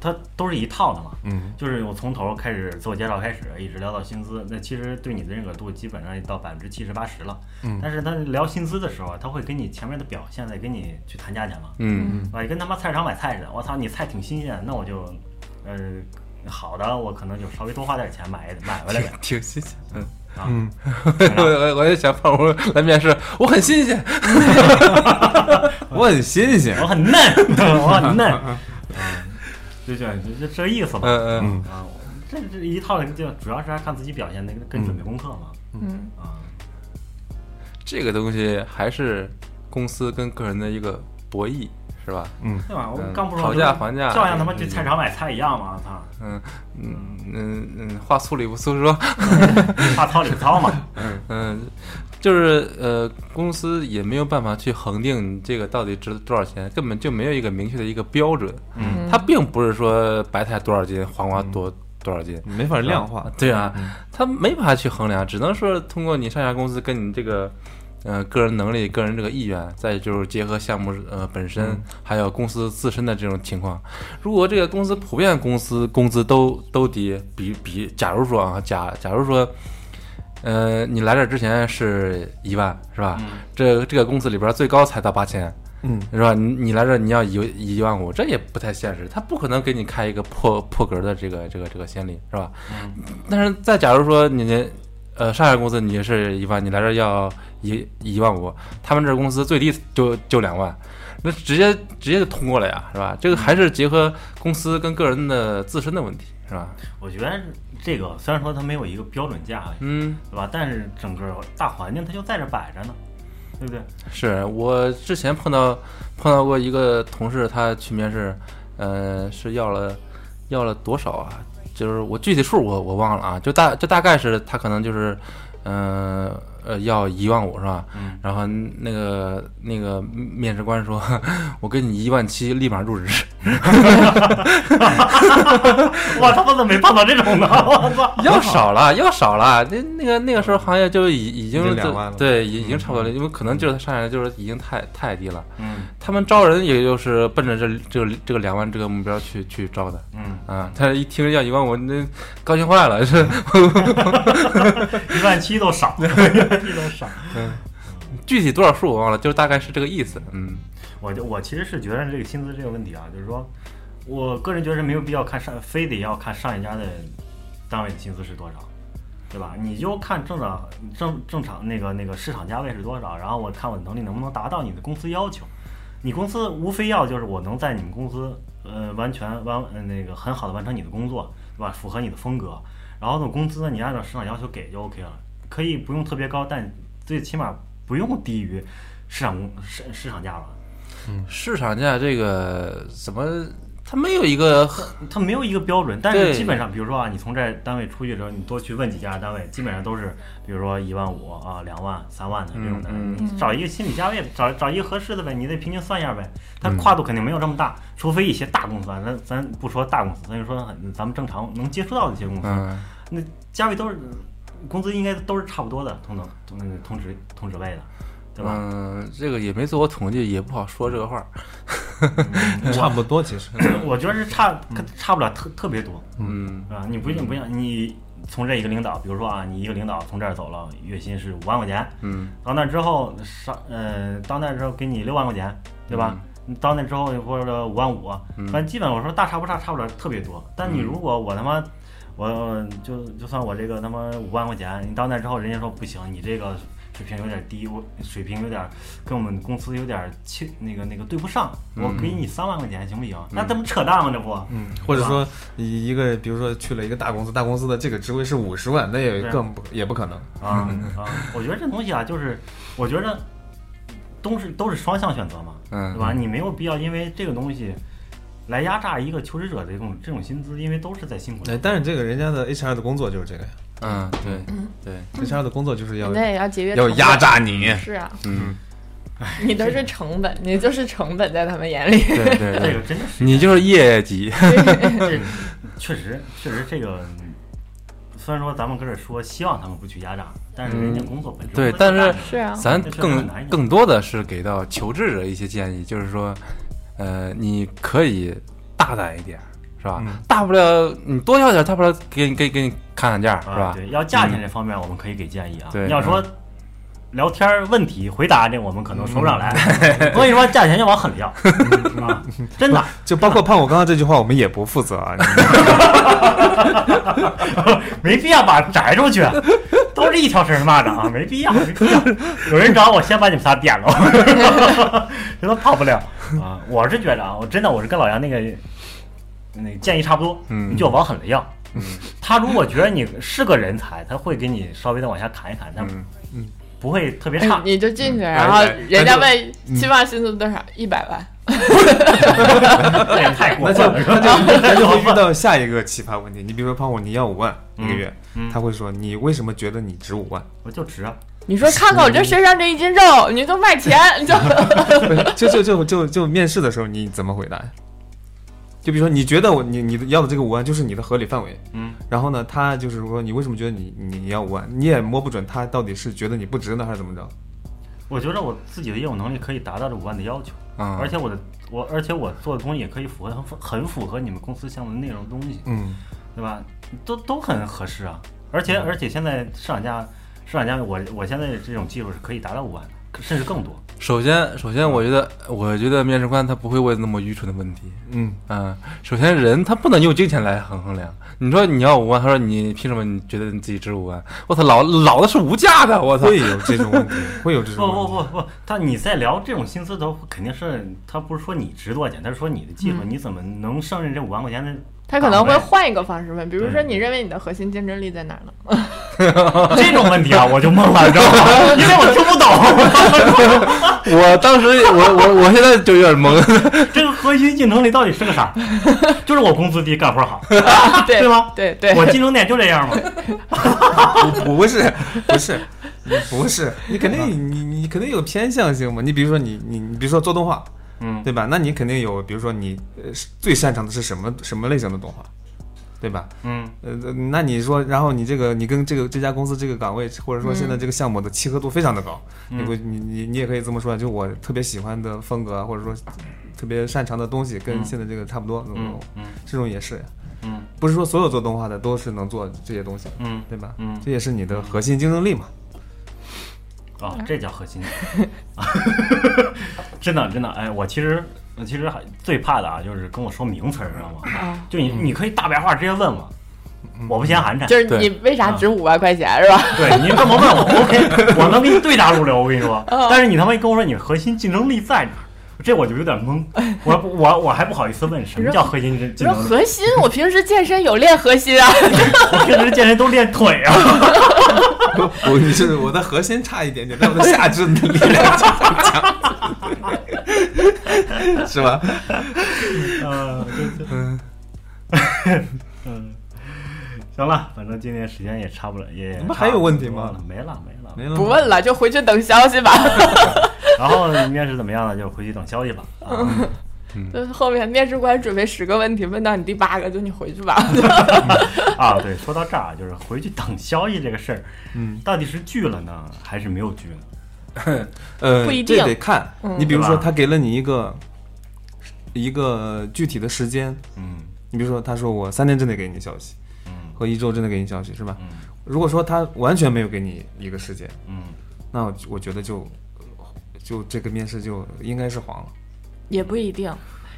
Speaker 1: 它都是一套的嘛。
Speaker 2: 嗯，
Speaker 1: 就是我从头开始自我介绍开始，一直聊到薪资，那其实对你的认可度基本上也到百分之七十八十了。
Speaker 2: 嗯
Speaker 1: 但是他聊薪资的时候，他会跟你前面的表现再跟你去谈价钱了。
Speaker 3: 嗯
Speaker 1: 啊，跟他妈菜市场买菜似的。我操，你菜挺新鲜的，那我就，呃，好的，我可能就稍微多花点钱买买回来点
Speaker 3: 挺新鲜。 [LAUGHS] 嗯，
Speaker 1: 啊。
Speaker 2: 嗯
Speaker 3: 我 [LAUGHS] 我我也想胖虎来面试，我很新鲜。
Speaker 1: 嗯
Speaker 2: 我很新鲜
Speaker 1: 我。很嫩， [LAUGHS] 我很嫩，嗯，就这就就这意思吧。
Speaker 3: 嗯嗯
Speaker 2: 嗯
Speaker 1: 啊，我这这一套就主要是还看自己表现，那个跟准备功课嘛。
Speaker 4: 嗯，
Speaker 1: 啊，
Speaker 3: 这个东西还是公司跟个人的一个博弈，是吧？
Speaker 2: 嗯，
Speaker 1: 对吧？我
Speaker 3: 嗯
Speaker 1: 刚不是
Speaker 3: 讨
Speaker 1: 说
Speaker 3: 价还价
Speaker 1: 照样他妈去菜市场买菜一样嘛。我操，
Speaker 3: 嗯嗯嗯嗯，话粗理不粗说。
Speaker 1: 话糙理不糙嘛。
Speaker 3: [LAUGHS] 嗯，就是呃，公司也没有办法去恒定你这个到底值多少钱，根本就没有一个明确的一个标准。
Speaker 1: 嗯
Speaker 3: 它并不是说白菜多少斤，黄瓜多、多少斤。
Speaker 2: 没法量化。
Speaker 1: 哦
Speaker 3: 对啊，它没法去衡量，只能说通过你上下公司跟你这个，呃，个人能力、个人这个意愿，再就是结合项目呃本身，还有公司自身的这种情况。如果这个公司普遍公司工资都都低，比比，假如说啊，假假如说，呃，你来这儿之前是一万是
Speaker 1: 嗯
Speaker 3: 吧？这这个公司里边最高才到八千。
Speaker 2: 嗯，
Speaker 3: 是吧？你你来这儿你要一一万五，这也不太现实，他不可能给你开一个破破格的这个这个这个先例，是吧？但是再假如说你的呃上海公司你是一万，你来这儿要一一万五，他们这儿公司最低就就两万，那直接直接就通过了呀，是吧？这个还是结合公司跟个人的自身的问题，是吧？
Speaker 1: 我觉得这个虽然说它没有一个标准价，
Speaker 3: 嗯，
Speaker 1: 对吧？但是整个大环境它就在这摆着呢，对不对？
Speaker 3: 是我之前碰到碰到过一个同事，他去面试，呃，是要了要了多少啊？就是我具体数我我忘了啊，就大就大概是他可能就是，呃呃要一万五是吧？
Speaker 1: 嗯
Speaker 3: 然后那个那个面试官说， [LAUGHS] 我给你一万七，立马
Speaker 2: [LAUGHS]
Speaker 3: 入职。
Speaker 1: 我他妈怎么没碰到这种呢？ [LAUGHS] 我操！
Speaker 3: 要少了，要少了。那那个那个时候行业就已已经
Speaker 2: 已经
Speaker 3: 就
Speaker 2: 两万了嗯
Speaker 3: 对，已已经差不多了，因为可能就是他上来就是已经太太低了。
Speaker 1: 嗯
Speaker 3: 他们招人也就是奔着这这个这个两万这个目标去去招的
Speaker 1: 嗯。
Speaker 3: 啊。他一听要一万，我那高兴坏了， [LAUGHS] 是
Speaker 1: 一万七都
Speaker 3: [LAUGHS]
Speaker 1: 少，一万七都少。
Speaker 3: 具体多少数我忘了，就是大概是这个意思。嗯
Speaker 1: 我就我其实是觉得这个薪资这个问题啊，就是说，我个人觉得没有必要看上，非得要看上一家的单位的薪资是多少，对吧？你就看正常正正常那个那个市场价位是多少，然后我看我的能力能不能达到你的公司要求。你公司无非要就是我能在你们公司呃完全完呃那个很好的完成你的工作，对吧？符合你的风格，然后呢工资呢你按照市场要求给就 OK 了，可以不用特别高，但最起码不用低于市场工市市场价吧。
Speaker 3: 市场价这个怎么，它没有一个很
Speaker 1: 它没有一个标准，但是
Speaker 3: 对
Speaker 1: 基本上，比如说啊，你从这单位出去的时候，你多去问几家单位，基本上都是，比如说一万五啊、两万、三万的这种的，
Speaker 3: 嗯
Speaker 1: 你找一个心理价位，找找一个合适的呗，你得平均算一下呗。它
Speaker 3: 嗯
Speaker 1: 跨度肯定没有这么大，除非一些大公司，啊，咱咱不说大公司，咱就说很咱们正常能接触到的一些公司，
Speaker 3: 嗯
Speaker 1: 那价位都是工资应该都是差不多的，同等同那个同职同职位的，对吧？
Speaker 3: 嗯，这个也没做过统计，也不好说这个话。
Speaker 2: [LAUGHS] 差不
Speaker 1: [LAUGHS]
Speaker 2: 多其实。嗯
Speaker 1: 我觉得是差差不了特特别多，
Speaker 3: 嗯
Speaker 1: 啊，你不一定不一样，你从这一个领导，比如说啊，你一个领导从这儿走了，月薪是五万块钱，
Speaker 3: 嗯，
Speaker 1: 到那之后上呃，到那之后给你六万块钱，对吧？你到那之后或者五万五，反正基本我说大差不差，差不了特别多。但你如果我他妈，我就就算我这个他妈五万块钱，你到那之后人家说不行，你这个水平有点低，我水平有点跟我们公司有点去那个那个对不上，我给你三万块钱行不行？那这不扯淡吗？这不，
Speaker 2: 嗯，或者说一一个，比如说去了一个大公司，大公司的这个职位是五十万，那也
Speaker 1: 对
Speaker 2: 更不也不可能。
Speaker 1: 啊啊！我觉得这东西啊，就是我觉得都是都是双向选择嘛，
Speaker 3: 嗯
Speaker 1: 对吧？你没有必要因为这个东西来压榨一个求职者的这种这种薪资，因为都是在辛苦
Speaker 2: 哎，
Speaker 1: 的。
Speaker 2: 但是这个人家的 HR 的工作就是这个呀、
Speaker 3: 嗯，对对，
Speaker 2: h r 的工作就是要
Speaker 4: 人嗯家也要节约，
Speaker 3: 要压。榨你，
Speaker 4: 是啊，
Speaker 3: 嗯，
Speaker 4: 你都是成本，你就是成本在他们眼里。
Speaker 3: 对对
Speaker 1: [LAUGHS] 这
Speaker 3: 对，
Speaker 1: 个真的是，
Speaker 3: 你就是业绩，
Speaker 1: 这确实确实这个，虽然说咱们搁这说希望他们不去压榨，但是人家工作本身
Speaker 3: 嗯
Speaker 1: 不
Speaker 3: 对
Speaker 1: 会
Speaker 3: 但是
Speaker 1: 压榨你
Speaker 4: [LAUGHS] 是啊，
Speaker 3: 咱
Speaker 1: 这确实很
Speaker 3: 更
Speaker 1: 难一点
Speaker 3: 更多的是给到求职者一些建议，就是说，呃，你可以大胆一点，是吧？
Speaker 2: 嗯
Speaker 3: 大不了你多要点，大不了给你给给你砍砍价，是
Speaker 1: 啊，
Speaker 3: 吧？嗯
Speaker 1: 对，要价钱这方面我们可以给建议啊。
Speaker 3: 对嗯
Speaker 1: 你要说聊天儿问题回答这，我们可能说不上来。
Speaker 3: 嗯
Speaker 1: 我跟你说，价钱要往狠了
Speaker 3: [LAUGHS]
Speaker 1: 要，啊，真的，
Speaker 2: 就包括判我刚刚这句话，我们也不负责啊。
Speaker 4: [LAUGHS]
Speaker 1: [LAUGHS] 没必要把摘出去，啊都是一条绳儿蚂蚱啊，没必要，没必要。有人找我，先把你们仨点了， [LAUGHS] 这都跑不了啊。我是觉得啊，我真的我是跟老杨那个那个建议差不多，
Speaker 3: 嗯
Speaker 1: 你就往狠了要。他如果觉得你是个人才，他会给你稍微的往下砍一砍，但
Speaker 3: 嗯，
Speaker 1: 不会特别差
Speaker 4: 哎。你就进去，
Speaker 3: 哎
Speaker 4: 然后
Speaker 3: 哎
Speaker 4: 人家问期望薪资多少，一百万。
Speaker 1: 这也太过
Speaker 2: 那就
Speaker 1: 分了，是吧
Speaker 2: 那就那
Speaker 1: [LAUGHS]
Speaker 2: 就遇到下一个奇葩问题。你比如说判我你要五万一个月，
Speaker 1: 嗯
Speaker 2: 他会说你为什么觉得你值五万？
Speaker 1: 我就值啊，
Speaker 4: 你说看看我这身上这一斤肉，你就卖钱，你 [LAUGHS] 就
Speaker 2: 不是 [LAUGHS] 就就就就就面试的时候你怎么回答呀？就比如说你觉得我你你的要的这个五万就是你的合理范围，
Speaker 1: 嗯，
Speaker 2: 然后呢，他就是说你为什么觉得你你要五万？你也摸不准他到底是觉得你不值呢，还是怎么着？
Speaker 1: 我觉得我自己的业务能力可以达到这五万的要求，
Speaker 3: 啊
Speaker 1: 而且我的我而且我做的东西也可以符合很符很符合你们公司项目的内容东西，
Speaker 2: 嗯，
Speaker 1: 对吧？都都很合适啊，而且而且现在市场价市场价我我现在这种技术是可以达到五万的，甚至更多。
Speaker 3: 首先，首先，
Speaker 1: 嗯
Speaker 3: 我觉得，我觉得面试官他不会问那么愚蠢的问题。
Speaker 2: 嗯，
Speaker 3: 嗯，首先人他不能用金钱来衡衡量。你说你要五万，他说你凭什么你觉得你自己值五万？我操，老老子是无价的，我操！
Speaker 2: 会有这种问题，会有这
Speaker 1: 不 [LAUGHS]
Speaker 2: 种
Speaker 1: 不
Speaker 2: 问题。
Speaker 1: 不不，他你在聊这种薪资的时候，肯定是他不是说你值多少钱，他是说你的技术、你怎么能胜任这五万块钱的
Speaker 4: [LAUGHS] 他可能会换一个方式问，比如说你认为你的核心竞争力在哪儿呢？
Speaker 1: 这种问题啊，我就懵了，你知道吗？因为我听不懂， [LAUGHS]
Speaker 3: 我当时，我我我现在就有点懵。
Speaker 1: 这个核心竞争力到底是个啥？ [LAUGHS] 就是我工资低，干活好，
Speaker 4: 啊对
Speaker 1: 对吗
Speaker 4: 对对，
Speaker 1: 我竞争点就这样嘛。
Speaker 2: [LAUGHS] 不不是不是你不是，你肯定你你肯定有偏向性嘛。你比如说你你你比如说做动画，
Speaker 1: 嗯，
Speaker 2: 对吧？那你肯定有，比如说你呃是最擅长的是什么什么类型的动画，对吧？
Speaker 1: 嗯，
Speaker 2: 呃，那你说，然后你这个你跟这个这家公司这个岗位，或者说
Speaker 1: 嗯
Speaker 2: 现在这个项目的契合度非常的高，你会你你你也可以这么说，就我特别喜欢的风格啊，或者说特别擅长的东西，跟现在这个差不多，
Speaker 1: 嗯嗯
Speaker 2: 这种也是呀。
Speaker 1: 嗯
Speaker 2: 不是说所有做动画的都是能做这些东西，
Speaker 1: 嗯
Speaker 2: 对吧？
Speaker 1: 嗯
Speaker 2: 这也是你的核心竞
Speaker 1: [LAUGHS]
Speaker 2: 争力嘛。
Speaker 1: 哦，这叫核心。 [LAUGHS] 真的真的，哎，我其实我其实还最怕的啊，就是跟我说名词儿，知道吗？就你你可以大白话直接问我，我不嫌寒碜。
Speaker 4: [LAUGHS] 就是你为啥值五万块钱是吧？
Speaker 1: 对你这么问我，OK，我能给你对答如流，我跟你说。但是你他妈一跟我说你核心竞争力在哪儿，这我就有点懵。我我我还不好意思问什么叫核心竞
Speaker 4: 你
Speaker 1: 竞
Speaker 4: 说
Speaker 1: 争力，
Speaker 4: 核心，我平时健身有练核心啊，
Speaker 1: 我平时健身都练腿啊。
Speaker 2: 我你是我的核心差一点点，但我的下肢的力量就很强， [LAUGHS] 是吧？
Speaker 1: 嗯，对对。 [LAUGHS] 嗯，行了，反正今天时间也差不了，也
Speaker 2: 你们还有问题吗
Speaker 1: 差不多了没了没了。
Speaker 2: 没
Speaker 3: [LAUGHS]
Speaker 2: 了
Speaker 4: 不问了，就回去等消息吧。
Speaker 1: 然后面试怎么样了？就回去等消
Speaker 2: [LAUGHS]
Speaker 1: 息吧。啊，
Speaker 4: 就是后面面试官准备十个问题，问到你第八个，就你回去吧。 [LAUGHS]
Speaker 1: 啊对，说到这儿啊，就是回去等消息这个事儿，
Speaker 2: 嗯，
Speaker 1: 到底是拒了呢，还是没有拒呢？
Speaker 2: 呃，
Speaker 4: 不一
Speaker 2: 这
Speaker 4: 定
Speaker 2: 得看。
Speaker 4: 嗯
Speaker 2: 你比如
Speaker 1: 对
Speaker 2: 说，
Speaker 1: 吧
Speaker 2: 他给了你一个一个具体的时间，
Speaker 1: 嗯
Speaker 2: 你比如说，他说我三天之内给你消息，
Speaker 1: 嗯
Speaker 2: 和一周之内给你消息，是吧？
Speaker 1: 嗯
Speaker 2: 如果说他完全没有给你一个时间，
Speaker 1: 嗯，
Speaker 2: 那我我觉得就就这个面试就应该是黄了。
Speaker 4: 也不一定，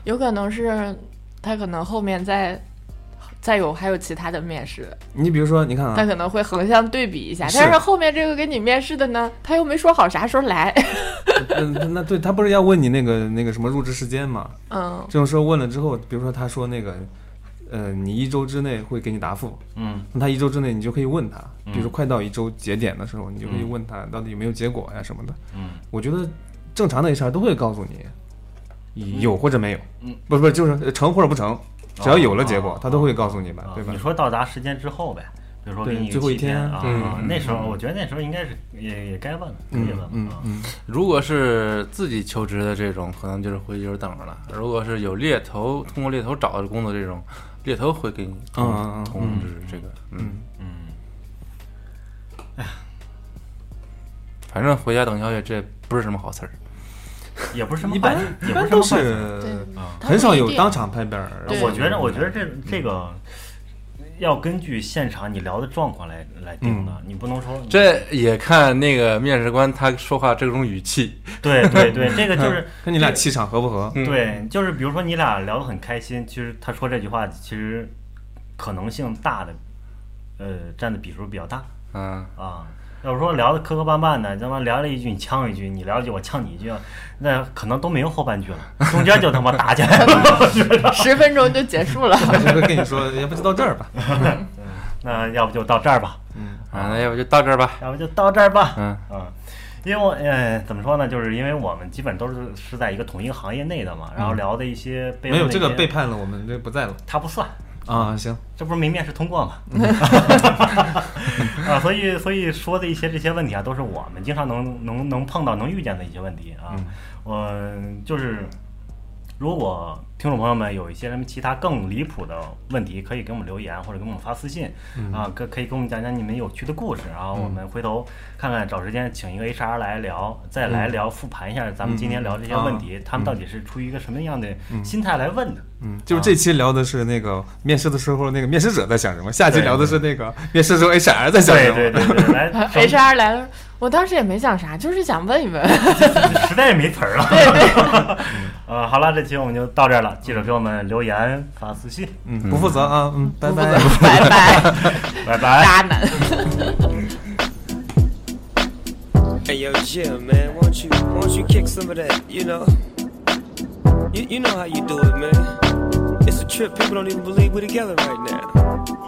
Speaker 4: 有可能是他可能后面在再有还有其他的面试，
Speaker 2: 你比如说，你看
Speaker 4: 他
Speaker 2: 啊，
Speaker 4: 可能会横向对比一下。
Speaker 2: 是
Speaker 4: 但是后面这个给你面试的呢，他又没说好啥时候
Speaker 2: [LAUGHS]
Speaker 4: 来。
Speaker 2: 嗯那那对他不是要问你那个那个什么入职时间吗？
Speaker 4: 嗯，
Speaker 2: 这种时候问了之后，比如说他说那个，呃，你一周之内会给你答复，
Speaker 1: 嗯
Speaker 2: 那他一周之内你就可以问他，比如说快到一周节点的时候，你就可以问他到底有没有结果呀什么的。
Speaker 1: 嗯，
Speaker 2: 我觉得正常的 HR 都会告诉你，有或者没有，
Speaker 1: 嗯，
Speaker 2: 不是不是就是呃成或者不成，只要有了结果
Speaker 1: 哦，
Speaker 2: 他都会告诉你吧
Speaker 1: 啊，
Speaker 2: 对吧
Speaker 1: 你？说到达时间之后呗，比如说
Speaker 2: 对
Speaker 1: 给你
Speaker 2: 最后一
Speaker 1: 七天
Speaker 2: 天
Speaker 1: 啊，
Speaker 3: 嗯
Speaker 1: 啊那时候我觉得那时候应该是也也该问了，可以
Speaker 2: 嗯
Speaker 1: 问了
Speaker 2: 嗯
Speaker 1: 啊。
Speaker 2: 嗯，
Speaker 3: 如果是自己求职的这种，可能就是回去就是等着了；如果是有猎头通过猎头找的工作这种，猎头会给你通
Speaker 2: 嗯嗯嗯
Speaker 3: 通知这个。嗯，
Speaker 1: 嗯，
Speaker 3: 反正回家等消息，这不是什么好事儿。
Speaker 1: 也不是什么
Speaker 2: 一
Speaker 1: 坏
Speaker 2: 般
Speaker 1: 事，
Speaker 2: 一
Speaker 1: 也不
Speaker 2: 般
Speaker 1: 是什么
Speaker 2: 都
Speaker 1: 坏啊事。
Speaker 2: 是
Speaker 4: 对，
Speaker 2: 呃
Speaker 4: 他
Speaker 2: 很少
Speaker 4: 不一
Speaker 2: 有
Speaker 4: 定
Speaker 2: 当场拍板儿。
Speaker 4: 对
Speaker 1: 啊我觉得，我觉得这这个要根据现场你聊的状况来来定的，你不能说你
Speaker 3: 嗯这也看那个面试官他说话这种语气。
Speaker 1: 对对对，这个就是
Speaker 2: 看你俩气场合不合。
Speaker 3: 嗯
Speaker 1: [LAUGHS] 对，就是比如说你俩聊得很开心，其实他说这句话其实可能性大的，呃，占的比数比较大
Speaker 3: 嗯，
Speaker 1: 啊。要不说聊得磕磕绊绊的，他妈聊了一句你呛一句，你聊一句我呛你一句，那可能都没有后半句了，中间就他妈打起来了。 [LAUGHS]
Speaker 4: 十分钟就结束
Speaker 2: [LAUGHS]
Speaker 4: 了。
Speaker 2: 我就跟你说，要不就到这儿吧。
Speaker 1: 那要不就到这儿吧，
Speaker 3: 啊，那要不就到这儿吧。
Speaker 1: 要不就到这儿吧。
Speaker 3: 嗯
Speaker 1: 嗯，因为我呃怎么说呢，就是因为我们基本都是是在一个同一个行业内的嘛，然后聊的一些背后
Speaker 2: 嗯没有
Speaker 1: 的
Speaker 2: 这
Speaker 1: 一
Speaker 2: 个
Speaker 1: 些
Speaker 2: 背叛了，我们这不在了
Speaker 1: 他不算，
Speaker 2: 啊。行，
Speaker 1: 这不是没面试通过吗？ [LAUGHS] 啊，所以所以说的一些这些问题啊，都是我们经常能能能碰到、能遇见的一些问题啊。我、就是，如果听众朋友们有一些什么其他更离谱的问题，可以给我们留言或者给我们发私信、啊，可可以给我们讲讲你们有趣的故事啊，我们回头看看找时间请一个 HR 来聊，再来聊复盘一下咱们今天聊这些问题，他们到底是出于一个什么样的心态来问的。
Speaker 2: 嗯，就是这期聊的是那个面试的时候，那个面试者在想什么；下期聊的是那个面试时候 HR 在想什
Speaker 1: 对
Speaker 2: 么。
Speaker 1: 对对对，来
Speaker 4: HR 来了，我当时也没想啥，就是想问一
Speaker 2: [LAUGHS]
Speaker 4: 问。
Speaker 1: [LAUGHS] 实在是没词儿了。对对。呃，好了，这期我们就到这儿了，记者给我们留言发私信，
Speaker 2: 嗯，不负责啊，嗯，拜拜。
Speaker 4: [LAUGHS] 拜拜，
Speaker 2: [LAUGHS]
Speaker 1: 拜拜。
Speaker 4: 渣男。
Speaker 5: Hey yo, Jim, man, won't you won't you kick some of that? You know, you you know how you do it, man. It's a trip. People don't even believe we're together right now.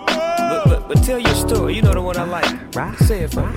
Speaker 5: But but, but tell your story. You know the one I like. Right. Say it for me.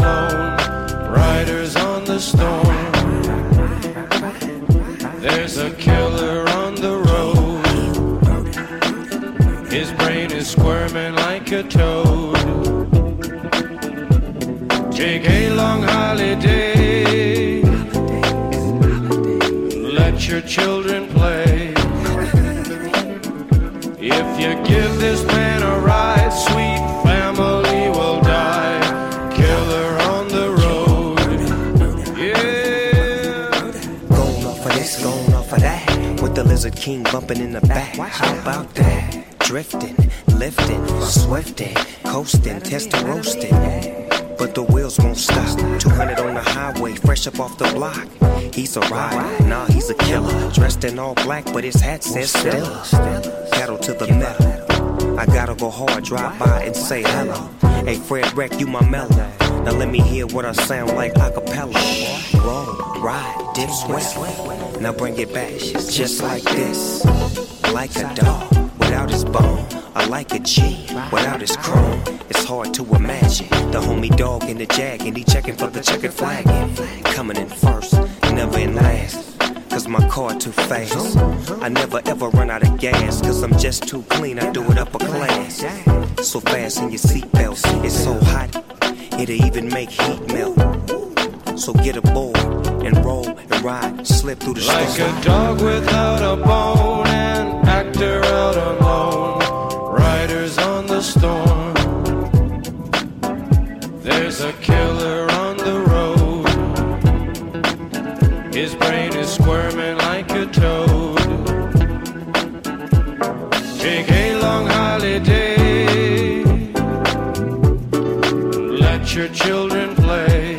Speaker 6: loan. Riders on the storm. There's a killer on the road. His brain is squirming like a toad. Take a long holiday. Let your children play. If you give this man a ride, sweet family will die. Killer on the road. Yeah.
Speaker 5: Going off of this, going off of that. With the Lizard King bumping in the back. How about that? Drifting, lifting, swifting, coasting, testing, roasting. But the wheels won't stop. 200 on the highway, fresh up off the block. He's a rider, nah, he's a killer. Dressed in all black, but his hat says Stella. Pedal to the metal. I gotta go hard, drive by and say hello. Hey, Fred Wreck, you my mellow. Now let me hear what I sound like a cappella. Roll, ride, dip, sweat. Now bring it back, just like this. Like a dog without his bone. I like a G without his chrome. It's hard to imagine. The homie dog in the jag, and he checking for the checkered flag. Coming in first, never in last. Cause my car too fast. I never ever run out of gas. Cause I'm just too clean. I do it upper class. So fast in your seatbelts. It's so hot. It'll even make heat melt. So get aboard and roll and ride. Slip through the
Speaker 6: Like
Speaker 5: storm.
Speaker 6: a dog without a bone, an actor out alone. Riders on the storm. There's a killer on the road. squirming like a toad. Take a long holiday. Let your children play.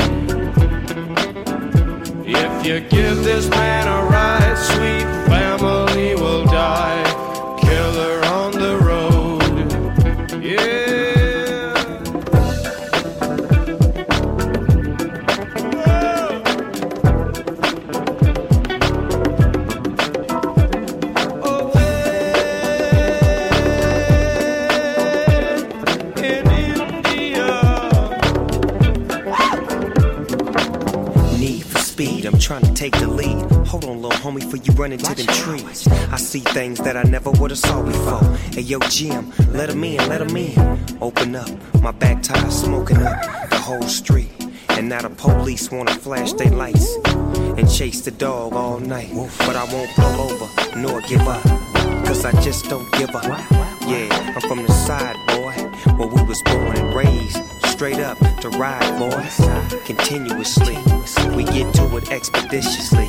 Speaker 6: If you give this man a ride, sweet family will die. Killer on the road. Yeah. Oh, in India.
Speaker 5: Need for speed, I'm trying to take the lead. Hold on, little homie, for you run into them trees. I see things that I never would have saw before. Hey, yo, Jim, let 'em in, let 'em in. Open up, my back tire smoking up the whole street. And now the police wanna flash their lights and chase the dog all night. But I won't pull over nor give up, cause I just don't give up. Yeah, I'm from the side, boy, where we was born and raised. Straight up to ride, boys. Continuously, we get to it expeditiously.